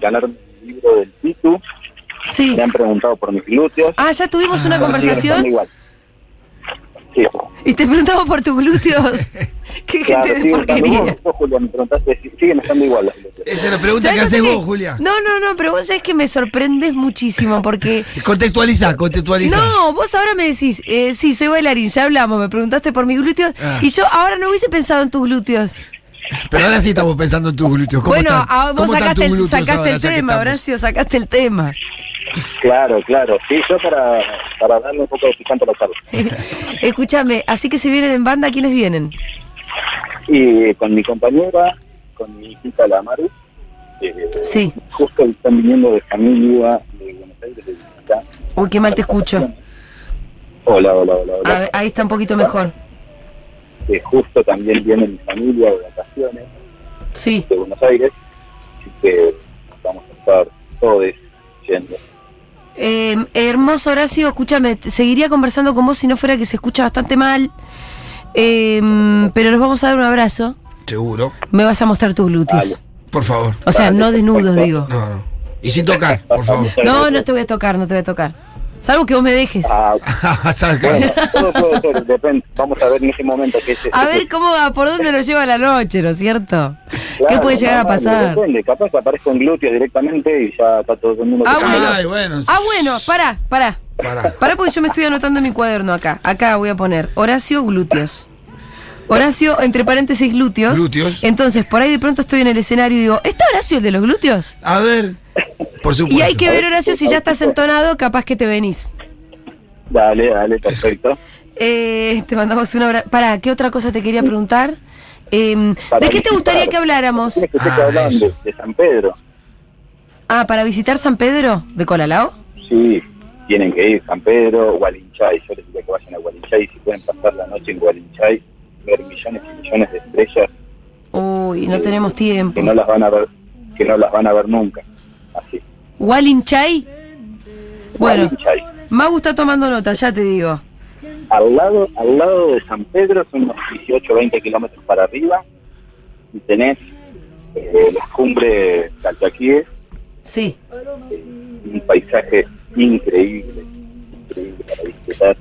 [SPEAKER 6] ganar el libro del Pitu.
[SPEAKER 1] Ah, Sí.
[SPEAKER 6] Me han preguntado por mis glúteos.
[SPEAKER 1] Ah, ya tuvimos una
[SPEAKER 6] Sí,
[SPEAKER 1] conversación
[SPEAKER 6] igual. Sí,
[SPEAKER 1] y te preguntamos por tus glúteos. Qué
[SPEAKER 6] [LAUGHS] claro,
[SPEAKER 1] gente de
[SPEAKER 6] siguen estando-
[SPEAKER 1] porquería.
[SPEAKER 6] Vos, vos, Julia, me preguntaste si siguen estando igual las glúteos.
[SPEAKER 2] Esa es la pregunta
[SPEAKER 1] ¿Sabés
[SPEAKER 2] que
[SPEAKER 1] lo
[SPEAKER 2] haces
[SPEAKER 1] que-
[SPEAKER 2] vos, Julia.
[SPEAKER 1] No, no, no, pero vos sabés que me sorprendes muchísimo porque.
[SPEAKER 2] Contextualiza, contextualiza.
[SPEAKER 1] No, vos ahora me decís, eh, sí, soy bailarín, ya hablamos, me preguntaste por mis glúteos
[SPEAKER 2] Ah.
[SPEAKER 1] y yo ahora no hubiese pensado en tus glúteos.
[SPEAKER 2] Pero ahora sí estamos pensando en tus glúteos. ¿Cómo
[SPEAKER 1] Bueno,
[SPEAKER 2] están?
[SPEAKER 1] ah, vos
[SPEAKER 2] ¿Cómo están
[SPEAKER 1] sacaste
[SPEAKER 2] tus
[SPEAKER 1] el,
[SPEAKER 2] glúteos
[SPEAKER 1] sacaste
[SPEAKER 2] ahora,
[SPEAKER 1] el
[SPEAKER 2] ya que
[SPEAKER 1] tema,
[SPEAKER 2] estamos?
[SPEAKER 1] Horacio, sacaste el tema. [LAUGHS]
[SPEAKER 6] Claro, claro. Sí, yo para, para darle un poco de picante a la tarde.
[SPEAKER 1] Escúchame, así que se vienen en banda, ¿quiénes vienen?
[SPEAKER 6] Y con mi compañera, con mi hijita la Maru, eh,
[SPEAKER 1] Sí.
[SPEAKER 6] justo están viniendo de familia de Buenos Aires, de acá.
[SPEAKER 1] Uy, qué mal te escucho.
[SPEAKER 6] Hola, hola, hola.
[SPEAKER 1] A
[SPEAKER 6] hola.
[SPEAKER 1] ver, ahí está un poquito mejor.
[SPEAKER 6] Que justo también viene mi familia de vacaciones
[SPEAKER 1] Sí.
[SPEAKER 6] de Buenos Aires. Así que vamos a estar todos yendo.
[SPEAKER 1] Eh, hermoso Horacio, escúchame, te- seguiría conversando con vos si no fuera que se escucha bastante mal. Eh, pero nos vamos a dar un abrazo.
[SPEAKER 2] Seguro.
[SPEAKER 1] Me vas a mostrar tus glúteos.
[SPEAKER 6] Dale.
[SPEAKER 2] Por favor.
[SPEAKER 1] O sea, no desnudos, digo.
[SPEAKER 2] No, no. Y sin tocar, por favor.
[SPEAKER 1] No, no te voy a tocar, no te voy a tocar. Salvo que vos me dejes.
[SPEAKER 6] [LAUGHS] Ah,
[SPEAKER 2] [LAUGHS]
[SPEAKER 1] [LAUGHS]
[SPEAKER 2] Saca.
[SPEAKER 6] bueno, todo puede ser, depende. Vamos a ver en ese momento qué es
[SPEAKER 1] A ver cómo va, por dónde nos lleva la noche, ¿no es cierto? ¿Qué
[SPEAKER 6] Claro,
[SPEAKER 1] puede llegar a
[SPEAKER 6] normal,
[SPEAKER 1] pasar?
[SPEAKER 6] Depende, capaz que aparezco en glúteos directamente y ya está todo el mundo.
[SPEAKER 1] Ah, bueno.
[SPEAKER 2] Ay, bueno.
[SPEAKER 1] Ah, bueno, pará, pará.
[SPEAKER 2] Pará.
[SPEAKER 1] Pará porque yo me estoy anotando en mi cuaderno acá. Acá voy a poner Horacio Glúteos. Horacio, entre paréntesis, glúteos.
[SPEAKER 2] Glúteos.
[SPEAKER 1] Entonces, por ahí de pronto estoy en el escenario y digo, ¿está Horacio el de los glúteos?
[SPEAKER 2] A ver. Por supuesto.
[SPEAKER 1] Y hay que ver, Horacio, si ya estás entonado, capaz que te venís.
[SPEAKER 6] Dale, dale, perfecto.
[SPEAKER 1] Eh, te mandamos una abrazo. Pará, ¿qué otra cosa te quería preguntar? Em, ¿De qué te gustaría que habláramos?
[SPEAKER 6] Tienes que estar
[SPEAKER 2] Ah,
[SPEAKER 6] hablando
[SPEAKER 2] eso.
[SPEAKER 6] de San Pedro.
[SPEAKER 1] Ah, ¿para visitar San Pedro de Colalao?
[SPEAKER 6] Sí, tienen que ir San Pedro, Gualinchay. Yo les diría que vayan a Gualinchay. Si pueden pasar la noche en Gualinchay, ver millones y millones de estrellas
[SPEAKER 1] Uy, no tenemos tiempo.
[SPEAKER 6] que no las van a ver, que no las van a ver nunca. Así.
[SPEAKER 1] ¿Walinchay? Bueno,
[SPEAKER 6] Gualinchay.
[SPEAKER 1] Magu está tomando nota, ya te digo.
[SPEAKER 6] Al lado, al lado de San Pedro son unos 18 20 kilómetros para arriba y tenés eh, las cumbres calchaquíes,
[SPEAKER 1] Sí.
[SPEAKER 6] un paisaje increíble, increíble para disfrutar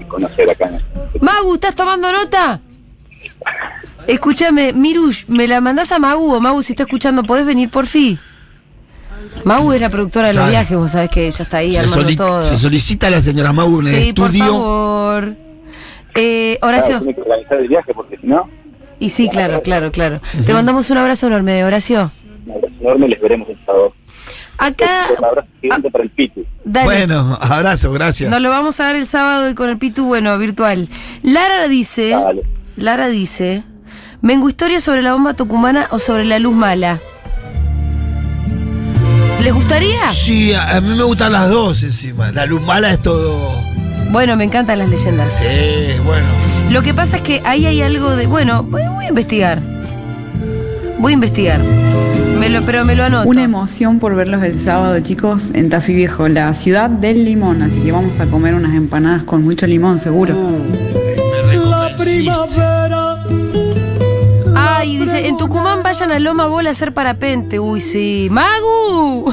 [SPEAKER 6] y conocer acá. en-
[SPEAKER 1] Magu, ¿estás tomando nota? Escúchame, Mirush, ¿me la mandás a Magu o Magu si está escuchando? ¿Podés venir por fin? Magu es la productora de los
[SPEAKER 2] Claro.
[SPEAKER 1] viajes, vos sabés que ella está ahí
[SPEAKER 2] Se,
[SPEAKER 1] armando
[SPEAKER 2] soli-
[SPEAKER 1] todo.
[SPEAKER 2] se solicita a la señora Mau en el
[SPEAKER 1] sí, por
[SPEAKER 2] estudio.
[SPEAKER 1] favor. Eh,
[SPEAKER 6] Claro,
[SPEAKER 1] Horacio.
[SPEAKER 6] tiene que organizar el viaje porque si no,
[SPEAKER 1] Y sí, claro, claro, claro. Te mandamos un abrazo enorme, Horacio.
[SPEAKER 6] un abrazo enorme les veremos el sábado.
[SPEAKER 1] Acá,
[SPEAKER 6] Un abrazo gigante para el Pitu.
[SPEAKER 1] dale.
[SPEAKER 2] Bueno, abrazo, gracias.
[SPEAKER 1] Nos lo vamos a dar el sábado y con el Pitu, bueno, virtual. Lara dice,
[SPEAKER 6] Dale.
[SPEAKER 1] Lara dice, Mengu historia sobre la bomba tucumana o sobre la luz mala. ¿Les gustaría?
[SPEAKER 2] Sí, a, a mí me gustan las dos encima. La luz mala es todo.
[SPEAKER 1] Bueno, me encantan las leyendas.
[SPEAKER 2] Sí, bueno.
[SPEAKER 1] Lo que pasa es que ahí hay algo de, bueno, voy, voy a investigar. Voy a investigar. Me lo, pero me lo anoto.
[SPEAKER 7] Una emoción por verlos el sábado, chicos, en Tafí Viejo, la ciudad del limón. Así que vamos a comer unas empanadas con mucho limón, seguro.
[SPEAKER 2] La primavera.
[SPEAKER 1] Ay, dice, en Tucumán vayan a Loma Bola a hacer parapente. Uy, sí. ¡Magu!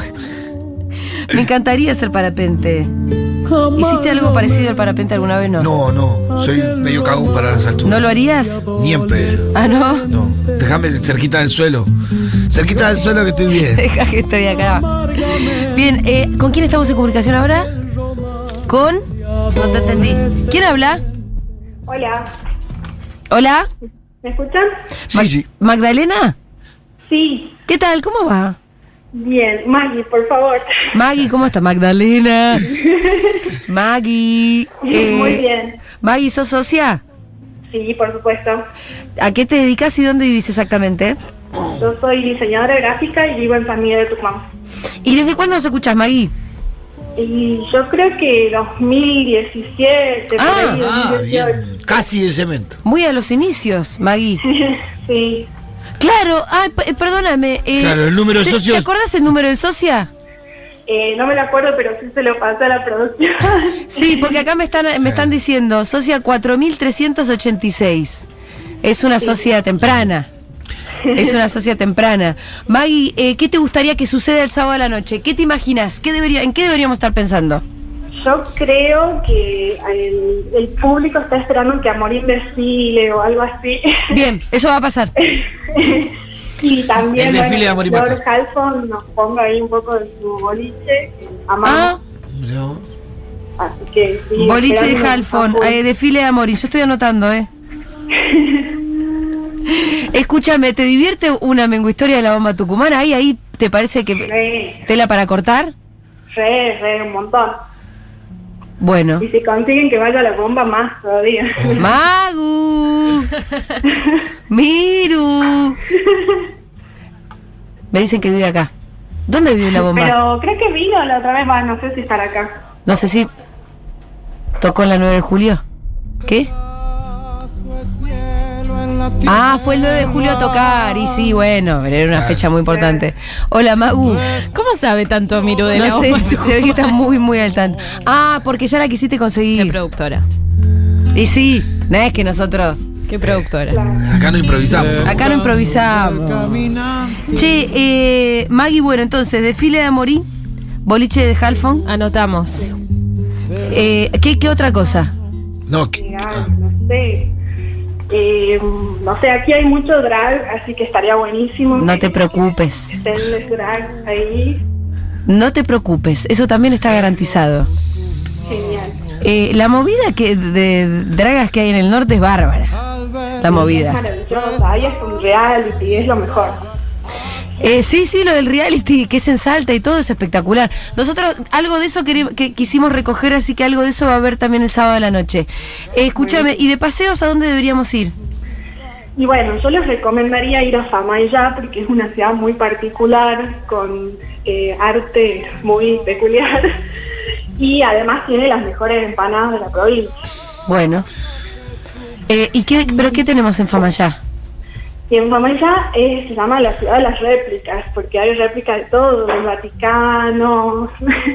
[SPEAKER 1] Me encantaría hacer parapente. ¿Hiciste algo parecido al parapente alguna vez? No.
[SPEAKER 2] No, no. Soy medio cagón para las alturas.
[SPEAKER 1] ¿No lo harías?
[SPEAKER 2] Ni en pedo.
[SPEAKER 1] Ah, no. [LAUGHS]
[SPEAKER 2] No. Déjame cerquita del suelo. Cerquita del suelo que estoy bien.
[SPEAKER 1] Deja que estoy acá. Bien, eh, ¿con quién estamos en comunicación ahora? Con. No te entendí. ¿Quién habla?
[SPEAKER 4] Hola,
[SPEAKER 1] ¿Hola?
[SPEAKER 4] ¿me escuchan?
[SPEAKER 2] Sí,
[SPEAKER 1] Mag-
[SPEAKER 2] sí.
[SPEAKER 1] ¿Magdalena?
[SPEAKER 4] Sí,
[SPEAKER 1] ¿Qué tal? ¿Cómo va?
[SPEAKER 4] bien. Maggie, por favor.
[SPEAKER 1] Maggie, ¿cómo está?
[SPEAKER 4] [LAUGHS]
[SPEAKER 1] Magdalena. Maggie. eh,
[SPEAKER 4] Muy bien.
[SPEAKER 1] Maggie, ¿sos socia?
[SPEAKER 4] Sí, por supuesto.
[SPEAKER 1] ¿A qué te dedicas y dónde vivís exactamente?
[SPEAKER 4] Yo soy diseñadora gráfica y vivo en San Miguel de Tucumán.
[SPEAKER 1] ¿Y desde cuándo nos escuchás, Magui?
[SPEAKER 4] Y yo creo que 2017, por
[SPEAKER 1] Ah,
[SPEAKER 4] ahí,
[SPEAKER 2] Ah,
[SPEAKER 4] 2018.
[SPEAKER 2] bien. Casi de cemento.
[SPEAKER 1] Muy a los inicios, Magui.
[SPEAKER 4] Sí,
[SPEAKER 1] Claro, ay, p- perdóname. eh,
[SPEAKER 2] Claro, el número de
[SPEAKER 1] ¿te-
[SPEAKER 2] socios-
[SPEAKER 1] ¿Te acordás el número de socia?
[SPEAKER 8] Eh, no me la acuerdo, pero sí se lo pasó a la producción. [LAUGHS]
[SPEAKER 1] Sí, porque acá me están, me están diciendo socia 4386. Es una socia temprana. Es una socia temprana. Maggie, eh, ¿qué te gustaría que suceda el sábado a la noche? ¿Qué te imaginas? ¿Qué debería, ¿En qué deberíamos estar pensando?
[SPEAKER 8] Yo creo que el, el público está esperando que Amor Inversile o algo así. [LAUGHS]
[SPEAKER 1] Bien, eso va a pasar.
[SPEAKER 8] y también
[SPEAKER 2] El desfile de Amor y
[SPEAKER 8] que
[SPEAKER 2] Matar.
[SPEAKER 8] Flor Halfon nos ponga ahí un poco de su boliche.
[SPEAKER 1] Ah,
[SPEAKER 8] Amamos.
[SPEAKER 2] Yo-
[SPEAKER 8] Así que sí,
[SPEAKER 1] boliche de
[SPEAKER 8] esperando
[SPEAKER 1] Halfon,
[SPEAKER 8] a full.
[SPEAKER 1] eh, desfile de Amorín. Yo estoy anotando,
[SPEAKER 8] [LAUGHS]
[SPEAKER 1] ¿eh? Escúchame, ¿te divierte una menguhistoria de la bomba tucumana? Ahí, ahí, ¿te parece que
[SPEAKER 8] Re,
[SPEAKER 1] tela para cortar?
[SPEAKER 8] re, re, un montón.
[SPEAKER 1] Bueno.
[SPEAKER 8] Y si consiguen que vaya la bomba, más todavía.
[SPEAKER 1] Magu. Miru. Me dicen que vive acá. ¿Dónde vive la bomba?
[SPEAKER 8] Pero creo que vino la otra vez, va, no sé si estará acá.
[SPEAKER 1] No sé si tocó en la 9 de julio. ¿Qué? Ah, fue el 9 de julio a tocar. Y sí, bueno, era una fecha muy importante. Hola, Magu.
[SPEAKER 9] ¿Cómo sabe tanto Miru de la
[SPEAKER 1] No sé,
[SPEAKER 9] bomba
[SPEAKER 1] te ve que estás muy, muy al tanto. Ah, porque ya la quisiste
[SPEAKER 9] Qué
[SPEAKER 1] conseguir.
[SPEAKER 9] productora.
[SPEAKER 1] Y sí, no es que nosotros
[SPEAKER 9] Qué productora.
[SPEAKER 2] Acá no improvisamos.
[SPEAKER 1] acá no improvisamos. Che, eh, Maggie, bueno, entonces, desfile de Amorí, boliche de Halfon.
[SPEAKER 9] Anotamos.
[SPEAKER 1] Eh, ¿qué, qué otra cosa?
[SPEAKER 2] No, que-
[SPEAKER 8] Mirá,
[SPEAKER 1] Ah.
[SPEAKER 8] no sé. Eh, no sé, aquí hay mucho drag, así que estaría buenísimo.
[SPEAKER 1] No te preocupes.
[SPEAKER 8] Tenles drag ahí,
[SPEAKER 1] No te preocupes. Eso también está garantizado.
[SPEAKER 8] genial.
[SPEAKER 1] Eh, la movida que de dragas que hay en el norte es bárbara. La movida.
[SPEAKER 8] Maravillosa, ahí es un reality, es lo mejor.
[SPEAKER 1] Eh, sí, sí, lo del reality, que es en Salta y todo es espectacular. Nosotros algo de eso quere- que quisimos recoger, así que algo de eso va a haber también el sábado de la noche. Eh, escúchame, ¿y de paseos a dónde deberíamos ir?
[SPEAKER 8] Y bueno, yo les recomendaría ir a Famayá porque es una ciudad muy particular, con eh, arte muy peculiar [LAUGHS] y además tiene las mejores empanadas de la provincia.
[SPEAKER 1] Bueno. Eh, ¿Y qué, pero qué tenemos en Famayá?
[SPEAKER 8] Y en Famayá eh, se llama la ciudad de las réplicas porque hay réplicas de todo, del Vaticano,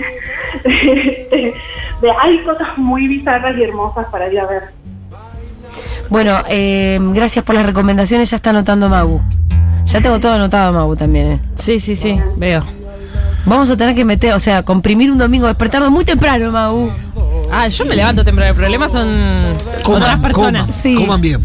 [SPEAKER 8] [LAUGHS] de- de- hay cosas muy bizarras y hermosas para ir a ver.
[SPEAKER 1] Bueno, eh, gracias por las recomendaciones, ya está anotando Mabu. Ya tengo todo anotado Mabu también. eh.
[SPEAKER 9] Sí, sí, sí. Veo.
[SPEAKER 1] Vamos a tener que meter, o sea, comprimir un domingo, despertarnos muy temprano, Mabu.
[SPEAKER 9] Ah, yo me levanto temprano. El problema son otras
[SPEAKER 2] coman,
[SPEAKER 9] personas.
[SPEAKER 2] coman,
[SPEAKER 1] Sí.
[SPEAKER 2] coman bien.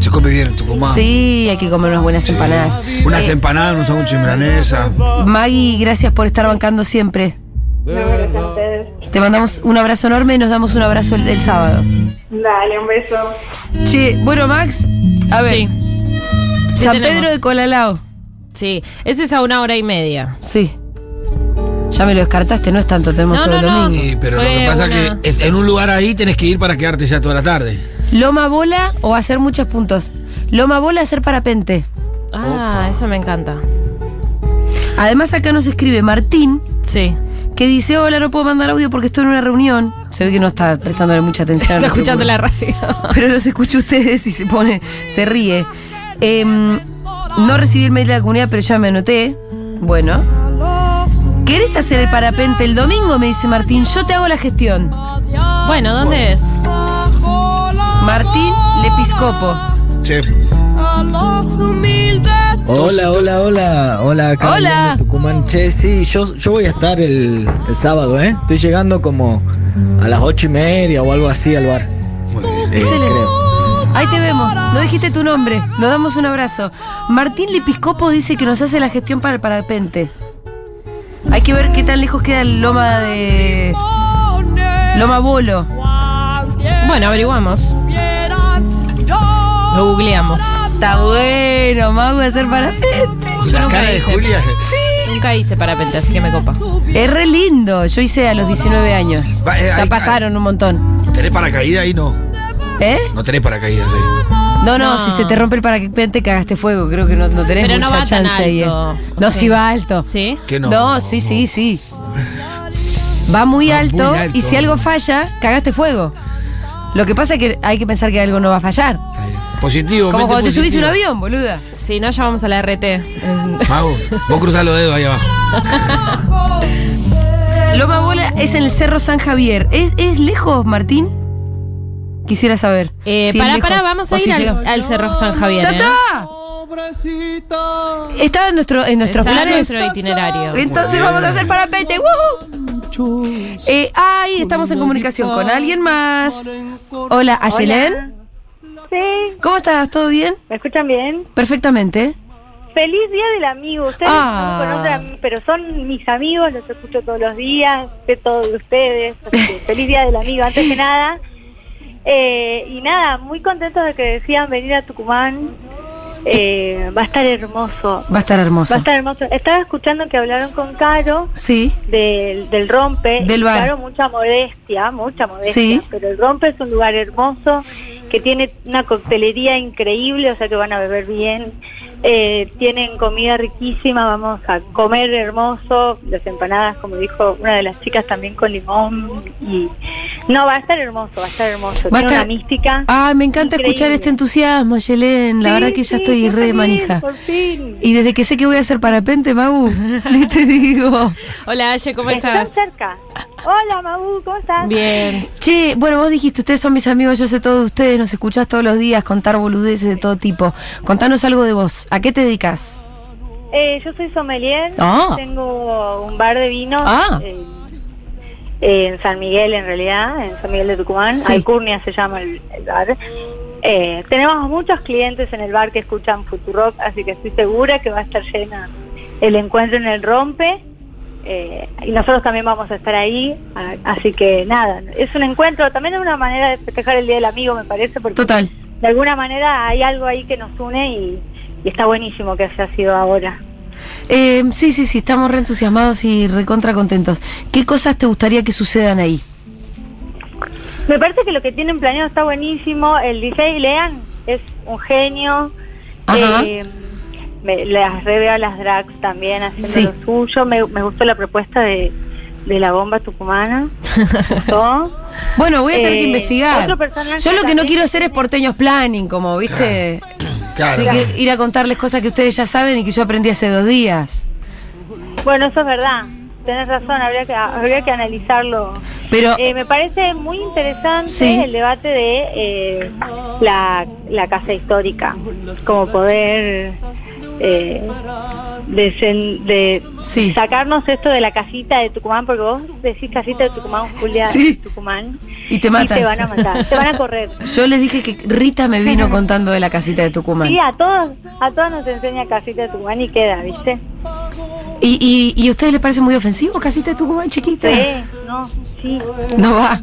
[SPEAKER 2] Se come bien en Tucumán.
[SPEAKER 1] Sí, Eh. hay que comer unas buenas empanadas.
[SPEAKER 2] Unas empanadas, un sándwich de milanesa.
[SPEAKER 1] Maggie, gracias por estar bancando siempre.
[SPEAKER 8] No, gracias a ustedes.
[SPEAKER 1] Te mandamos un abrazo enorme y nos damos un abrazo el, el sábado.
[SPEAKER 8] Dale, un beso.
[SPEAKER 1] Che, bueno, Max, a ver,
[SPEAKER 9] Sí, ¿Qué
[SPEAKER 1] San
[SPEAKER 9] tenemos?
[SPEAKER 1] Pedro de Colalao.
[SPEAKER 9] sí. Ese es a una hora y media.
[SPEAKER 1] Sí. Ya me lo descartaste, no es tanto, tenemos
[SPEAKER 9] No,
[SPEAKER 1] todo el
[SPEAKER 9] no, no.
[SPEAKER 1] domingo.
[SPEAKER 2] Y- pero lo
[SPEAKER 9] Fue
[SPEAKER 2] que pasa
[SPEAKER 9] una-
[SPEAKER 2] que es- en un lugar ahí tenés que ir para quedarte ya toda la tarde.
[SPEAKER 1] Loma bola o hacer muchos puntos. Loma bola, hacer parapente.
[SPEAKER 9] Ah, eso me encanta.
[SPEAKER 1] Además, acá nos escribe Martín,
[SPEAKER 9] Sí.
[SPEAKER 1] que dice: Hola, no puedo mandar audio porque estoy en una reunión. Se ve que no está prestándole mucha
[SPEAKER 9] [LAUGHS]
[SPEAKER 1] atención.
[SPEAKER 9] Está escuchando la
[SPEAKER 1] radio.
[SPEAKER 9] radio.
[SPEAKER 1] [LAUGHS] Pero los escucho a ustedes y se pone, se ríe. Em, no recibí el mail de la comunidad, pero ya me anoté. Bueno. ¿Querés hacer el parapente el domingo? Me dice Martín. Yo te hago la gestión.
[SPEAKER 9] Bueno, ¿dónde es?
[SPEAKER 1] Martín Lepiscopo.
[SPEAKER 2] Che,
[SPEAKER 10] Hola, hola, hola. Hola, acá
[SPEAKER 1] Hola.
[SPEAKER 10] Adrián de Tucumán. Che, sí, yo, yo voy a estar el, el sábado, ¿eh? Estoy llegando como a las ocho y media o algo así al bar.
[SPEAKER 2] muy bien.
[SPEAKER 10] eh,
[SPEAKER 1] Excelente.
[SPEAKER 10] creo.
[SPEAKER 1] Ahí te vemos. No dijiste tu nombre. Nos damos un abrazo. Martín Lepiscopo dice que nos hace la gestión para el parapente. Hay que ver qué tan lejos queda el loma de. Loma Bolo.
[SPEAKER 9] Bueno, averiguamos. Lo googleamos.
[SPEAKER 1] Está bueno, Mago, hacer parapente.
[SPEAKER 2] La
[SPEAKER 9] nunca
[SPEAKER 2] cara de
[SPEAKER 9] hice.
[SPEAKER 2] Julia.
[SPEAKER 9] Nunca hice parapente, así que me copa.
[SPEAKER 1] Es re lindo. Yo hice a los 19 años.
[SPEAKER 2] Va, eh,
[SPEAKER 1] ya
[SPEAKER 2] hay-
[SPEAKER 1] pasaron un montón.
[SPEAKER 2] ¿Tenés paracaídas ahí? No.
[SPEAKER 1] ¿Eh?
[SPEAKER 2] No tenés paracaídas ahí.
[SPEAKER 1] No, no,
[SPEAKER 9] No.
[SPEAKER 1] si se te rompe el parapente cagaste fuego. Creo que no, no tenés
[SPEAKER 9] Pero no
[SPEAKER 1] mucha
[SPEAKER 9] va tan
[SPEAKER 1] chance ahí. eh.
[SPEAKER 9] alto.
[SPEAKER 1] No,
[SPEAKER 9] Sí.
[SPEAKER 1] si va alto.
[SPEAKER 9] ¿Sí?
[SPEAKER 2] ¿Qué no?
[SPEAKER 1] No, sí, sí, sí. Va muy,
[SPEAKER 2] Va muy
[SPEAKER 1] alto,
[SPEAKER 2] alto.
[SPEAKER 1] y si algo falla, cagaste fuego. Lo que pasa es que hay que pensar que algo no va a fallar.
[SPEAKER 2] Positivo,
[SPEAKER 1] Como
[SPEAKER 2] mente
[SPEAKER 1] cuando te subís a un
[SPEAKER 2] positiva.
[SPEAKER 1] avión, boluda.
[SPEAKER 5] Si no, llamamos a la RT.
[SPEAKER 2] Mago, vos cruzás los dedos ahí abajo.
[SPEAKER 1] Loma Bola es en el Cerro San Javier. ¿Es, es lejos, Martín? Quisiera saber.
[SPEAKER 5] Eh,
[SPEAKER 1] si es
[SPEAKER 5] pará,
[SPEAKER 1] lejos
[SPEAKER 5] pará, vamos
[SPEAKER 1] o
[SPEAKER 5] a
[SPEAKER 1] si
[SPEAKER 5] ir
[SPEAKER 1] llega.
[SPEAKER 5] al, al Cerro San Javier.
[SPEAKER 1] ¡Ya
[SPEAKER 5] ¿eh?
[SPEAKER 1] está! Está en, nuestro, en nuestros
[SPEAKER 5] Está
[SPEAKER 1] planes.
[SPEAKER 5] nuestro itinerario.
[SPEAKER 1] Entonces vamos a hacer parapente. ¡Woohoo! Eh, ay, estamos en comunicación con alguien más. Hola, Ayelén.
[SPEAKER 4] Sí,
[SPEAKER 1] ¿Cómo estás? ¿Todo bien?
[SPEAKER 4] ¿me escuchan bien?
[SPEAKER 1] Perfectamente.
[SPEAKER 4] Feliz Día del Amigo. Ustedes
[SPEAKER 1] Ah.
[SPEAKER 4] no me conocen, pero son mis amigos, los escucho todos los días, sé todo de ustedes. así que Feliz Día del Amigo, antes que nada. Eh, y nada, muy contentos de que decían venir a Tucumán. Eh, va a estar hermoso.
[SPEAKER 1] Va a estar hermoso.
[SPEAKER 4] Va a estar hermoso. Estaba escuchando que hablaron con Caro
[SPEAKER 1] Sí.
[SPEAKER 4] del, del rompe.
[SPEAKER 1] Del
[SPEAKER 4] Y
[SPEAKER 1] bar.
[SPEAKER 4] Claro, mucha modestia, mucha modestia.
[SPEAKER 1] Sí.
[SPEAKER 4] Pero el rompe es un lugar hermoso que tiene una coctelería increíble, o sea que van a beber bien. Eh, tienen comida riquísima, vamos a comer hermoso. Las empanadas, como dijo una de las chicas, también con limón. y No, va a estar hermoso, va a estar hermoso.
[SPEAKER 1] Va a
[SPEAKER 4] tiene
[SPEAKER 1] estar-
[SPEAKER 4] una mística.
[SPEAKER 1] Ay, me encanta escuchar
[SPEAKER 4] Increíble.
[SPEAKER 1] este entusiasmo, Ayelén. La
[SPEAKER 4] Sí,
[SPEAKER 1] verdad que ya
[SPEAKER 4] sí,
[SPEAKER 1] estoy
[SPEAKER 4] yo
[SPEAKER 1] re
[SPEAKER 4] también,
[SPEAKER 1] manija.
[SPEAKER 4] Por fin.
[SPEAKER 1] Y desde que sé que voy a hacer parapente, Magu, [LAUGHS] ni te digo.
[SPEAKER 5] Hola, Aye, ¿cómo
[SPEAKER 4] Están
[SPEAKER 5] estás?
[SPEAKER 4] cerca. Hola, Mabu, ¿cómo estás?
[SPEAKER 5] Bien.
[SPEAKER 1] Che, bueno, vos dijiste, ustedes son mis amigos, yo sé todo de ustedes, nos escuchás todos los días contar boludeces de todo tipo. Contanos algo de vos. ¿A qué te dedicas?
[SPEAKER 4] Eh, yo soy sommelier,
[SPEAKER 1] Ah.
[SPEAKER 4] tengo un bar de vinos
[SPEAKER 1] Ah.
[SPEAKER 4] eh, eh, en San Miguel en realidad, en San Miguel de Tucumán,
[SPEAKER 1] Sí.
[SPEAKER 4] Alcurnia se llama el, el bar. Eh, tenemos muchos clientes en el bar que escuchan Futurock, así que estoy segura que va a estar llena el encuentro en el Rompe. eh, y nosotros también vamos a estar ahí, a- así que nada, es un encuentro, también es una manera de festejar el Día del Amigo, me parece, porque
[SPEAKER 1] Total.
[SPEAKER 4] de alguna manera hay algo ahí que nos une y, y está buenísimo que haya sido ahora.
[SPEAKER 1] Eh, sí, sí, sí, estamos re entusiasmados y recontra contentos. ¿Qué cosas te gustaría que sucedan ahí?
[SPEAKER 4] Me parece que lo que tienen planeado está buenísimo. El DJ Lean es un genio.
[SPEAKER 1] Ajá.
[SPEAKER 4] Eh, me- las reveo a las drags también haciendo
[SPEAKER 1] Sí.
[SPEAKER 4] lo suyo. Me, me gustó la propuesta de, de la
[SPEAKER 1] [LAUGHS]
[SPEAKER 4] bomba tucumana. Me gustó.
[SPEAKER 1] Bueno, voy a tener
[SPEAKER 4] Eh,
[SPEAKER 1] que investigar.
[SPEAKER 4] otro personaje
[SPEAKER 1] Yo lo que no
[SPEAKER 4] también
[SPEAKER 1] quiero
[SPEAKER 4] que
[SPEAKER 1] hacer es
[SPEAKER 4] tiene-
[SPEAKER 1] porteños planning, como, ¿viste?
[SPEAKER 2] Claro.
[SPEAKER 1] Así que ir a contarles cosas que ustedes ya saben y que yo aprendí hace dos días.
[SPEAKER 4] Bueno, eso es verdad. Tenés razón, habría que, habría que analizarlo.
[SPEAKER 1] Pero
[SPEAKER 4] Eh, me parece muy interesante
[SPEAKER 1] Sí.
[SPEAKER 4] el debate de eh, la, la casa histórica, como poder eh, desen- de
[SPEAKER 1] Sí.
[SPEAKER 4] sacarnos esto de la casita de Tucumán, porque vos decís casita de Tucumán, Julia,
[SPEAKER 1] Sí.
[SPEAKER 4] Tucumán,
[SPEAKER 1] Y te
[SPEAKER 4] y
[SPEAKER 1] matan.
[SPEAKER 4] te van a matar, te van a
[SPEAKER 1] [LAUGHS]
[SPEAKER 4] correr.
[SPEAKER 1] Yo les dije que Rita me
[SPEAKER 4] [LAUGHS]
[SPEAKER 1] vino contando de la casita de Tucumán.
[SPEAKER 4] Sí, ah. a todos, a todos nos enseña casita de Tucumán y queda, ¿viste?
[SPEAKER 1] ¿Y, y, y a ustedes les parece muy ofensivo casita de Tucumán chiquita?
[SPEAKER 4] Sí, no, sí.
[SPEAKER 1] No va.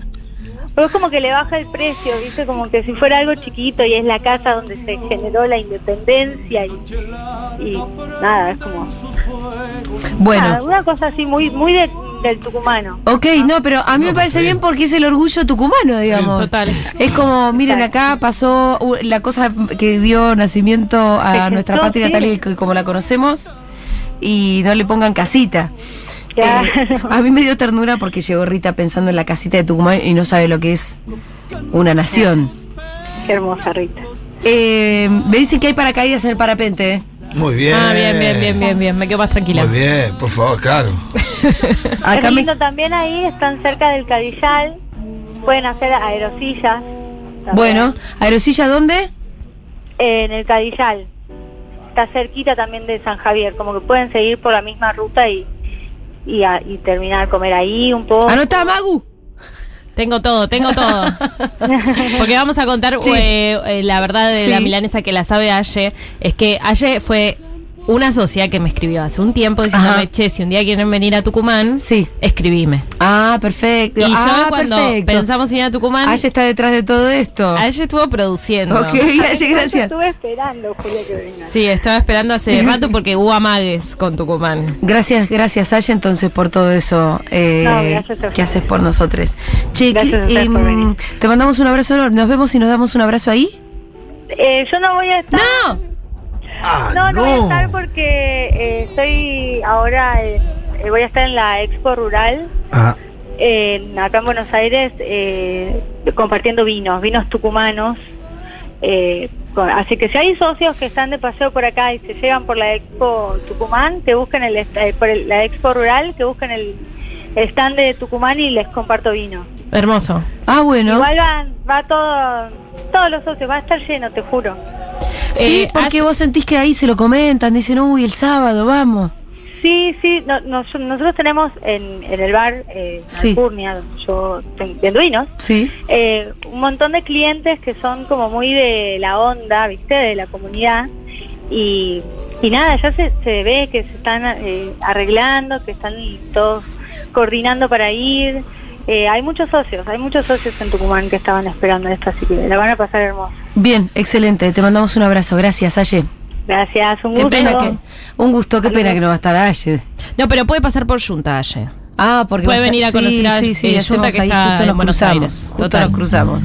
[SPEAKER 4] Pero es como que le baja el precio, ¿viste? Como que si fuera algo chiquito y es la casa donde se generó la independencia y, y nada, es como... nada,
[SPEAKER 1] Bueno.
[SPEAKER 4] una cosa así muy muy de- del tucumano.
[SPEAKER 1] Ok, Ah. no, pero a mí me parece bien porque es el orgullo tucumano, digamos.
[SPEAKER 5] Total.
[SPEAKER 1] Es como, miren, acá pasó uh, la cosa que dio nacimiento a
[SPEAKER 4] Exacto,
[SPEAKER 1] nuestra patria
[SPEAKER 4] sí.
[SPEAKER 1] tal y que- como la conocemos y no le pongan casita.
[SPEAKER 4] Claro.
[SPEAKER 1] Eh, a mí me dio ternura porque llegó Rita pensando en la casita de Tucumán y no sabe lo que es una nación.
[SPEAKER 4] Qué hermosa Rita.
[SPEAKER 1] Eh, me dicen que hay paracaídas en el parapente. ¿eh?
[SPEAKER 2] Muy bien.
[SPEAKER 5] Ah, bien, bien, bien, bien, bien. Me quedo más tranquila.
[SPEAKER 2] Muy bien, por favor, claro.
[SPEAKER 1] Acá me-
[SPEAKER 4] es lindo también ahí, están cerca del Cadillal, pueden hacer aerosillas. también.
[SPEAKER 1] Bueno, ¿Aerosilla dónde?
[SPEAKER 4] En el Cadillal. Está cerquita también de San Javier, como que pueden seguir por la misma ruta y, y, a- y terminar de comer ahí un poco.
[SPEAKER 1] Anotá, Magu.
[SPEAKER 5] Tengo todo, tengo
[SPEAKER 1] [LAUGHS]
[SPEAKER 5] todo. Porque vamos a contar
[SPEAKER 1] Sí.
[SPEAKER 5] eh, eh, la verdad de la
[SPEAKER 1] Sí.
[SPEAKER 5] milanesa que la sabe Aye. Es que Aye fue una sociedad que me escribió hace un tiempo
[SPEAKER 1] Ajá.
[SPEAKER 5] diciéndome, che, si un día quieren venir a Tucumán,
[SPEAKER 1] Sí.
[SPEAKER 5] escribime.
[SPEAKER 1] Ah, perfecto.
[SPEAKER 5] Y
[SPEAKER 1] ah,
[SPEAKER 5] yo cuando
[SPEAKER 1] perfecto.
[SPEAKER 5] pensamos en ir a Tucumán,
[SPEAKER 1] Aye está detrás de todo esto.
[SPEAKER 5] Aye estuvo produciendo.
[SPEAKER 1] Ok, Aye, gracias.
[SPEAKER 4] Estuve esperando, Julia, que venga.
[SPEAKER 5] Sí, estaba esperando
[SPEAKER 1] [LAUGHS]
[SPEAKER 5] hace rato porque hubo amagues con Tucumán.
[SPEAKER 1] Gracias, gracias Aye entonces por todo eso eh,
[SPEAKER 4] No, gracias a
[SPEAKER 1] que
[SPEAKER 4] ustedes.
[SPEAKER 1] haces por nosotros. Che,
[SPEAKER 4] Gracias
[SPEAKER 1] que-
[SPEAKER 4] a ustedes
[SPEAKER 1] em,
[SPEAKER 4] por venir.
[SPEAKER 1] te mandamos un abrazo enorme. Nos vemos y nos damos un abrazo ahí.
[SPEAKER 4] Eh, yo no voy a estar.
[SPEAKER 1] ¡No!
[SPEAKER 5] [LAUGHS]
[SPEAKER 2] Ah,
[SPEAKER 4] No, no, voy a estar porque eh, estoy ahora, en- eh, voy a estar en la Expo Rural,
[SPEAKER 2] Ah,
[SPEAKER 4] en- acá en Buenos Aires, eh, compartiendo vinos, vinos tucumanos. eh, Con- Así que si hay socios que están de paseo por acá y se llegan por la Expo Tucumán, que busquen el, est- eh, por el- la Expo Rural, que busquen el stand de Tucumán y les comparto vino.
[SPEAKER 5] Hermoso.
[SPEAKER 1] Ah, bueno.
[SPEAKER 4] Igual van, va todo, todos los socios, va a estar lleno, te juro.
[SPEAKER 1] sí,
[SPEAKER 5] Eh,
[SPEAKER 1] porque
[SPEAKER 5] hace-
[SPEAKER 1] vos sentís que ahí se lo comentan, dicen, uy, el sábado, vamos.
[SPEAKER 4] Sí, sí, no- nos- nosotros tenemos en, en el bar eh,
[SPEAKER 1] Sí.
[SPEAKER 4] Alcurnia, donde yo ten- vendo vinos,
[SPEAKER 1] Sí.
[SPEAKER 4] eh, un montón de clientes que son como muy de la onda, ¿viste? De la comunidad. Y, y nada, ya se, se ve que se están eh, arreglando, que están todos coordinando para ir. Eh, hay muchos socios, hay muchos socios en Tucumán que estaban esperando esto, así que la van a pasar hermoso.
[SPEAKER 1] Bien, excelente. Te mandamos un abrazo. Gracias, Aye.
[SPEAKER 4] Gracias, un
[SPEAKER 1] Qué
[SPEAKER 4] gusto.
[SPEAKER 1] pena que, un gusto, qué pena que no va a estar Aye.
[SPEAKER 5] No, pero puede pasar por Junta ayer.
[SPEAKER 1] Ah, porque
[SPEAKER 5] Puede
[SPEAKER 1] va a estar-
[SPEAKER 5] venir a conocer a-
[SPEAKER 1] sí, sí, sí,
[SPEAKER 5] eh,
[SPEAKER 1] hacemos
[SPEAKER 5] Junta que
[SPEAKER 1] ahí,
[SPEAKER 5] está
[SPEAKER 1] justo
[SPEAKER 5] en
[SPEAKER 1] nos
[SPEAKER 5] Buenos
[SPEAKER 1] cruzamos,
[SPEAKER 5] Aires.
[SPEAKER 1] Justo
[SPEAKER 5] Total.
[SPEAKER 1] nos
[SPEAKER 5] [LAUGHS]
[SPEAKER 1] cruzamos.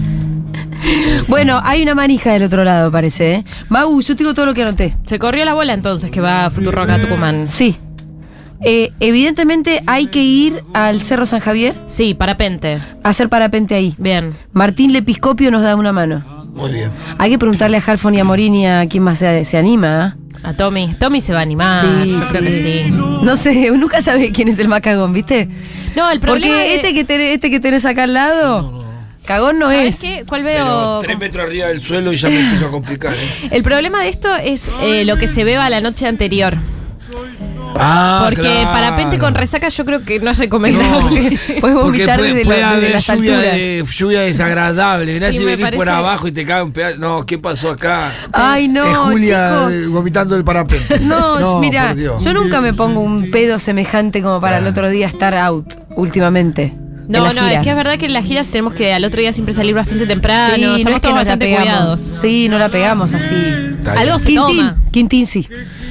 [SPEAKER 1] Bueno, hay una manija del otro lado, parece, ¿eh? Mau, yo te digo todo lo que anoté.
[SPEAKER 5] Se corrió la bola entonces que va a Futuroca a Tucumán.
[SPEAKER 1] Sí. Eh, evidentemente hay que ir al Cerro San Javier
[SPEAKER 5] Sí, parapente.
[SPEAKER 1] a hacer parapente ahí.
[SPEAKER 5] Bien.
[SPEAKER 1] Martín Lepiscopio nos da una mano.
[SPEAKER 2] Muy bien.
[SPEAKER 1] Hay que preguntarle a Harfon y a Morini a quién más se, se anima. ¿eh?
[SPEAKER 5] A Tommy. Tommy se va a animar.
[SPEAKER 1] Sí,
[SPEAKER 5] yo creo que sí.
[SPEAKER 1] No sé, [LAUGHS] nunca sabe quién es el más cagón, ¿viste?
[SPEAKER 5] No, el problema
[SPEAKER 1] Porque
[SPEAKER 5] es-
[SPEAKER 1] este, que tenés, este que tenés acá al lado, cagón no
[SPEAKER 5] ¿Sabes
[SPEAKER 1] es.
[SPEAKER 5] qué? ¿Cuál
[SPEAKER 2] Pero
[SPEAKER 5] veo?
[SPEAKER 2] tres metros arriba del suelo y ya me empiezo a complicar. ¿eh?
[SPEAKER 5] El problema de esto es eh, lo que se beba la noche anterior.
[SPEAKER 2] Ah,
[SPEAKER 5] Porque
[SPEAKER 2] claro.
[SPEAKER 5] parapente con resaca yo creo que no es
[SPEAKER 2] No,
[SPEAKER 5] recomendable. [LAUGHS]
[SPEAKER 1] [LAUGHS] Puedes
[SPEAKER 2] porque
[SPEAKER 1] vomitar
[SPEAKER 2] puede,
[SPEAKER 1] desde,
[SPEAKER 2] puede
[SPEAKER 1] la- desde
[SPEAKER 2] haber
[SPEAKER 1] las
[SPEAKER 2] lluvia,
[SPEAKER 1] alturas.
[SPEAKER 2] de- lluvia desagradable. Mirá
[SPEAKER 5] Sí,
[SPEAKER 2] si
[SPEAKER 5] me
[SPEAKER 2] venís por
[SPEAKER 5] parece-
[SPEAKER 2] abajo y te cae un pedazo. No, ¿qué pasó acá?
[SPEAKER 1] Ay, no,
[SPEAKER 2] es Julia
[SPEAKER 1] chico.
[SPEAKER 2] eh, vomitando el
[SPEAKER 1] [LAUGHS]
[SPEAKER 2] parapente. [LAUGHS]
[SPEAKER 1] No,
[SPEAKER 2] por
[SPEAKER 1] mira,
[SPEAKER 2] Dios. Ah.
[SPEAKER 1] yo nunca me pongo un pedo semejante como para el otro día estar out últimamente. en
[SPEAKER 5] No,
[SPEAKER 1] las
[SPEAKER 5] no, es
[SPEAKER 1] giras.
[SPEAKER 5] que es verdad que en las giras tenemos que al otro día siempre salir bastante temprano.
[SPEAKER 1] Sí,
[SPEAKER 5] estamos
[SPEAKER 1] no es que
[SPEAKER 5] todos
[SPEAKER 1] nos la
[SPEAKER 5] bastante
[SPEAKER 1] pegamos.
[SPEAKER 5] cuidados.
[SPEAKER 1] Sí, no la pegamos así.
[SPEAKER 2] bien. Ah.
[SPEAKER 5] Algo se
[SPEAKER 1] Quintín,
[SPEAKER 5] toma.
[SPEAKER 1] Quintín sí.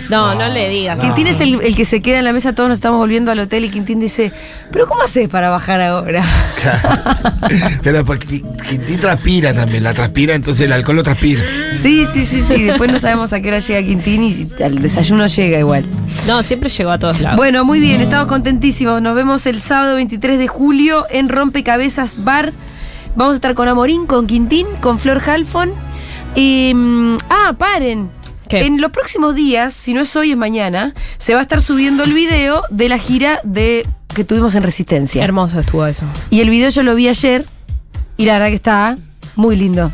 [SPEAKER 5] No, no le digas.
[SPEAKER 1] Quintín es el, el que se queda en la mesa, todos nos estamos volviendo al hotel y Quintín dice, pero ¿cómo haces para bajar ahora?
[SPEAKER 2] [LAUGHS]
[SPEAKER 1] [LAUGHS]
[SPEAKER 2] Pero porque Quintín transpira también, la transpira, entonces el alcohol lo transpira.
[SPEAKER 1] sí, sí, sí, sí. Después no sabemos a qué hora llega Quintín y al desayuno llega igual.
[SPEAKER 5] No, siempre llegó a todos lados.
[SPEAKER 1] Bueno, muy bien, estamos contentísimos. Nos vemos el sábado 23 de julio en Rompecabezas Bar. Vamos a estar con Amorín, con Quintín, con Flor Halfon. Y, mm, ah, paren.
[SPEAKER 5] ¿Qué?
[SPEAKER 1] En los próximos días, si no es hoy, es mañana, se va a estar subiendo el video de la gira de que tuvimos en Resistencia.
[SPEAKER 5] Hermoso estuvo eso.
[SPEAKER 1] Y el video yo lo vi ayer y la verdad que está muy lindo.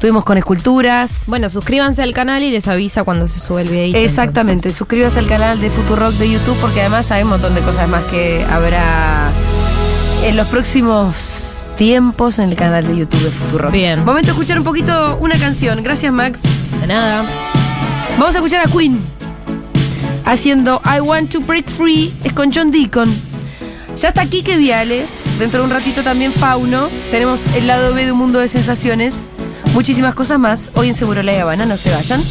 [SPEAKER 1] Tuvimos con esculturas.
[SPEAKER 5] Bueno, suscríbanse al canal y les avisa cuando se sube el videito.
[SPEAKER 1] Exactamente,
[SPEAKER 5] entonces.
[SPEAKER 1] suscríbase al canal de Futurock de YouTube porque además hay un montón de cosas más que habrá en los próximos tiempos en el canal de YouTube de Futurock.
[SPEAKER 5] Bien.
[SPEAKER 1] Momento de escuchar un poquito una canción. Gracias, Max.
[SPEAKER 5] De nada.
[SPEAKER 1] Vamos a escuchar a Queen haciendo I Want to Break Free. Es con John Deacon. Ya está Kike Viale. Dentro de un ratito también Fauno. Tenemos el lado B de un mundo de sensaciones. Muchísimas cosas más. Hoy en Seguro La Habana. No se vayan.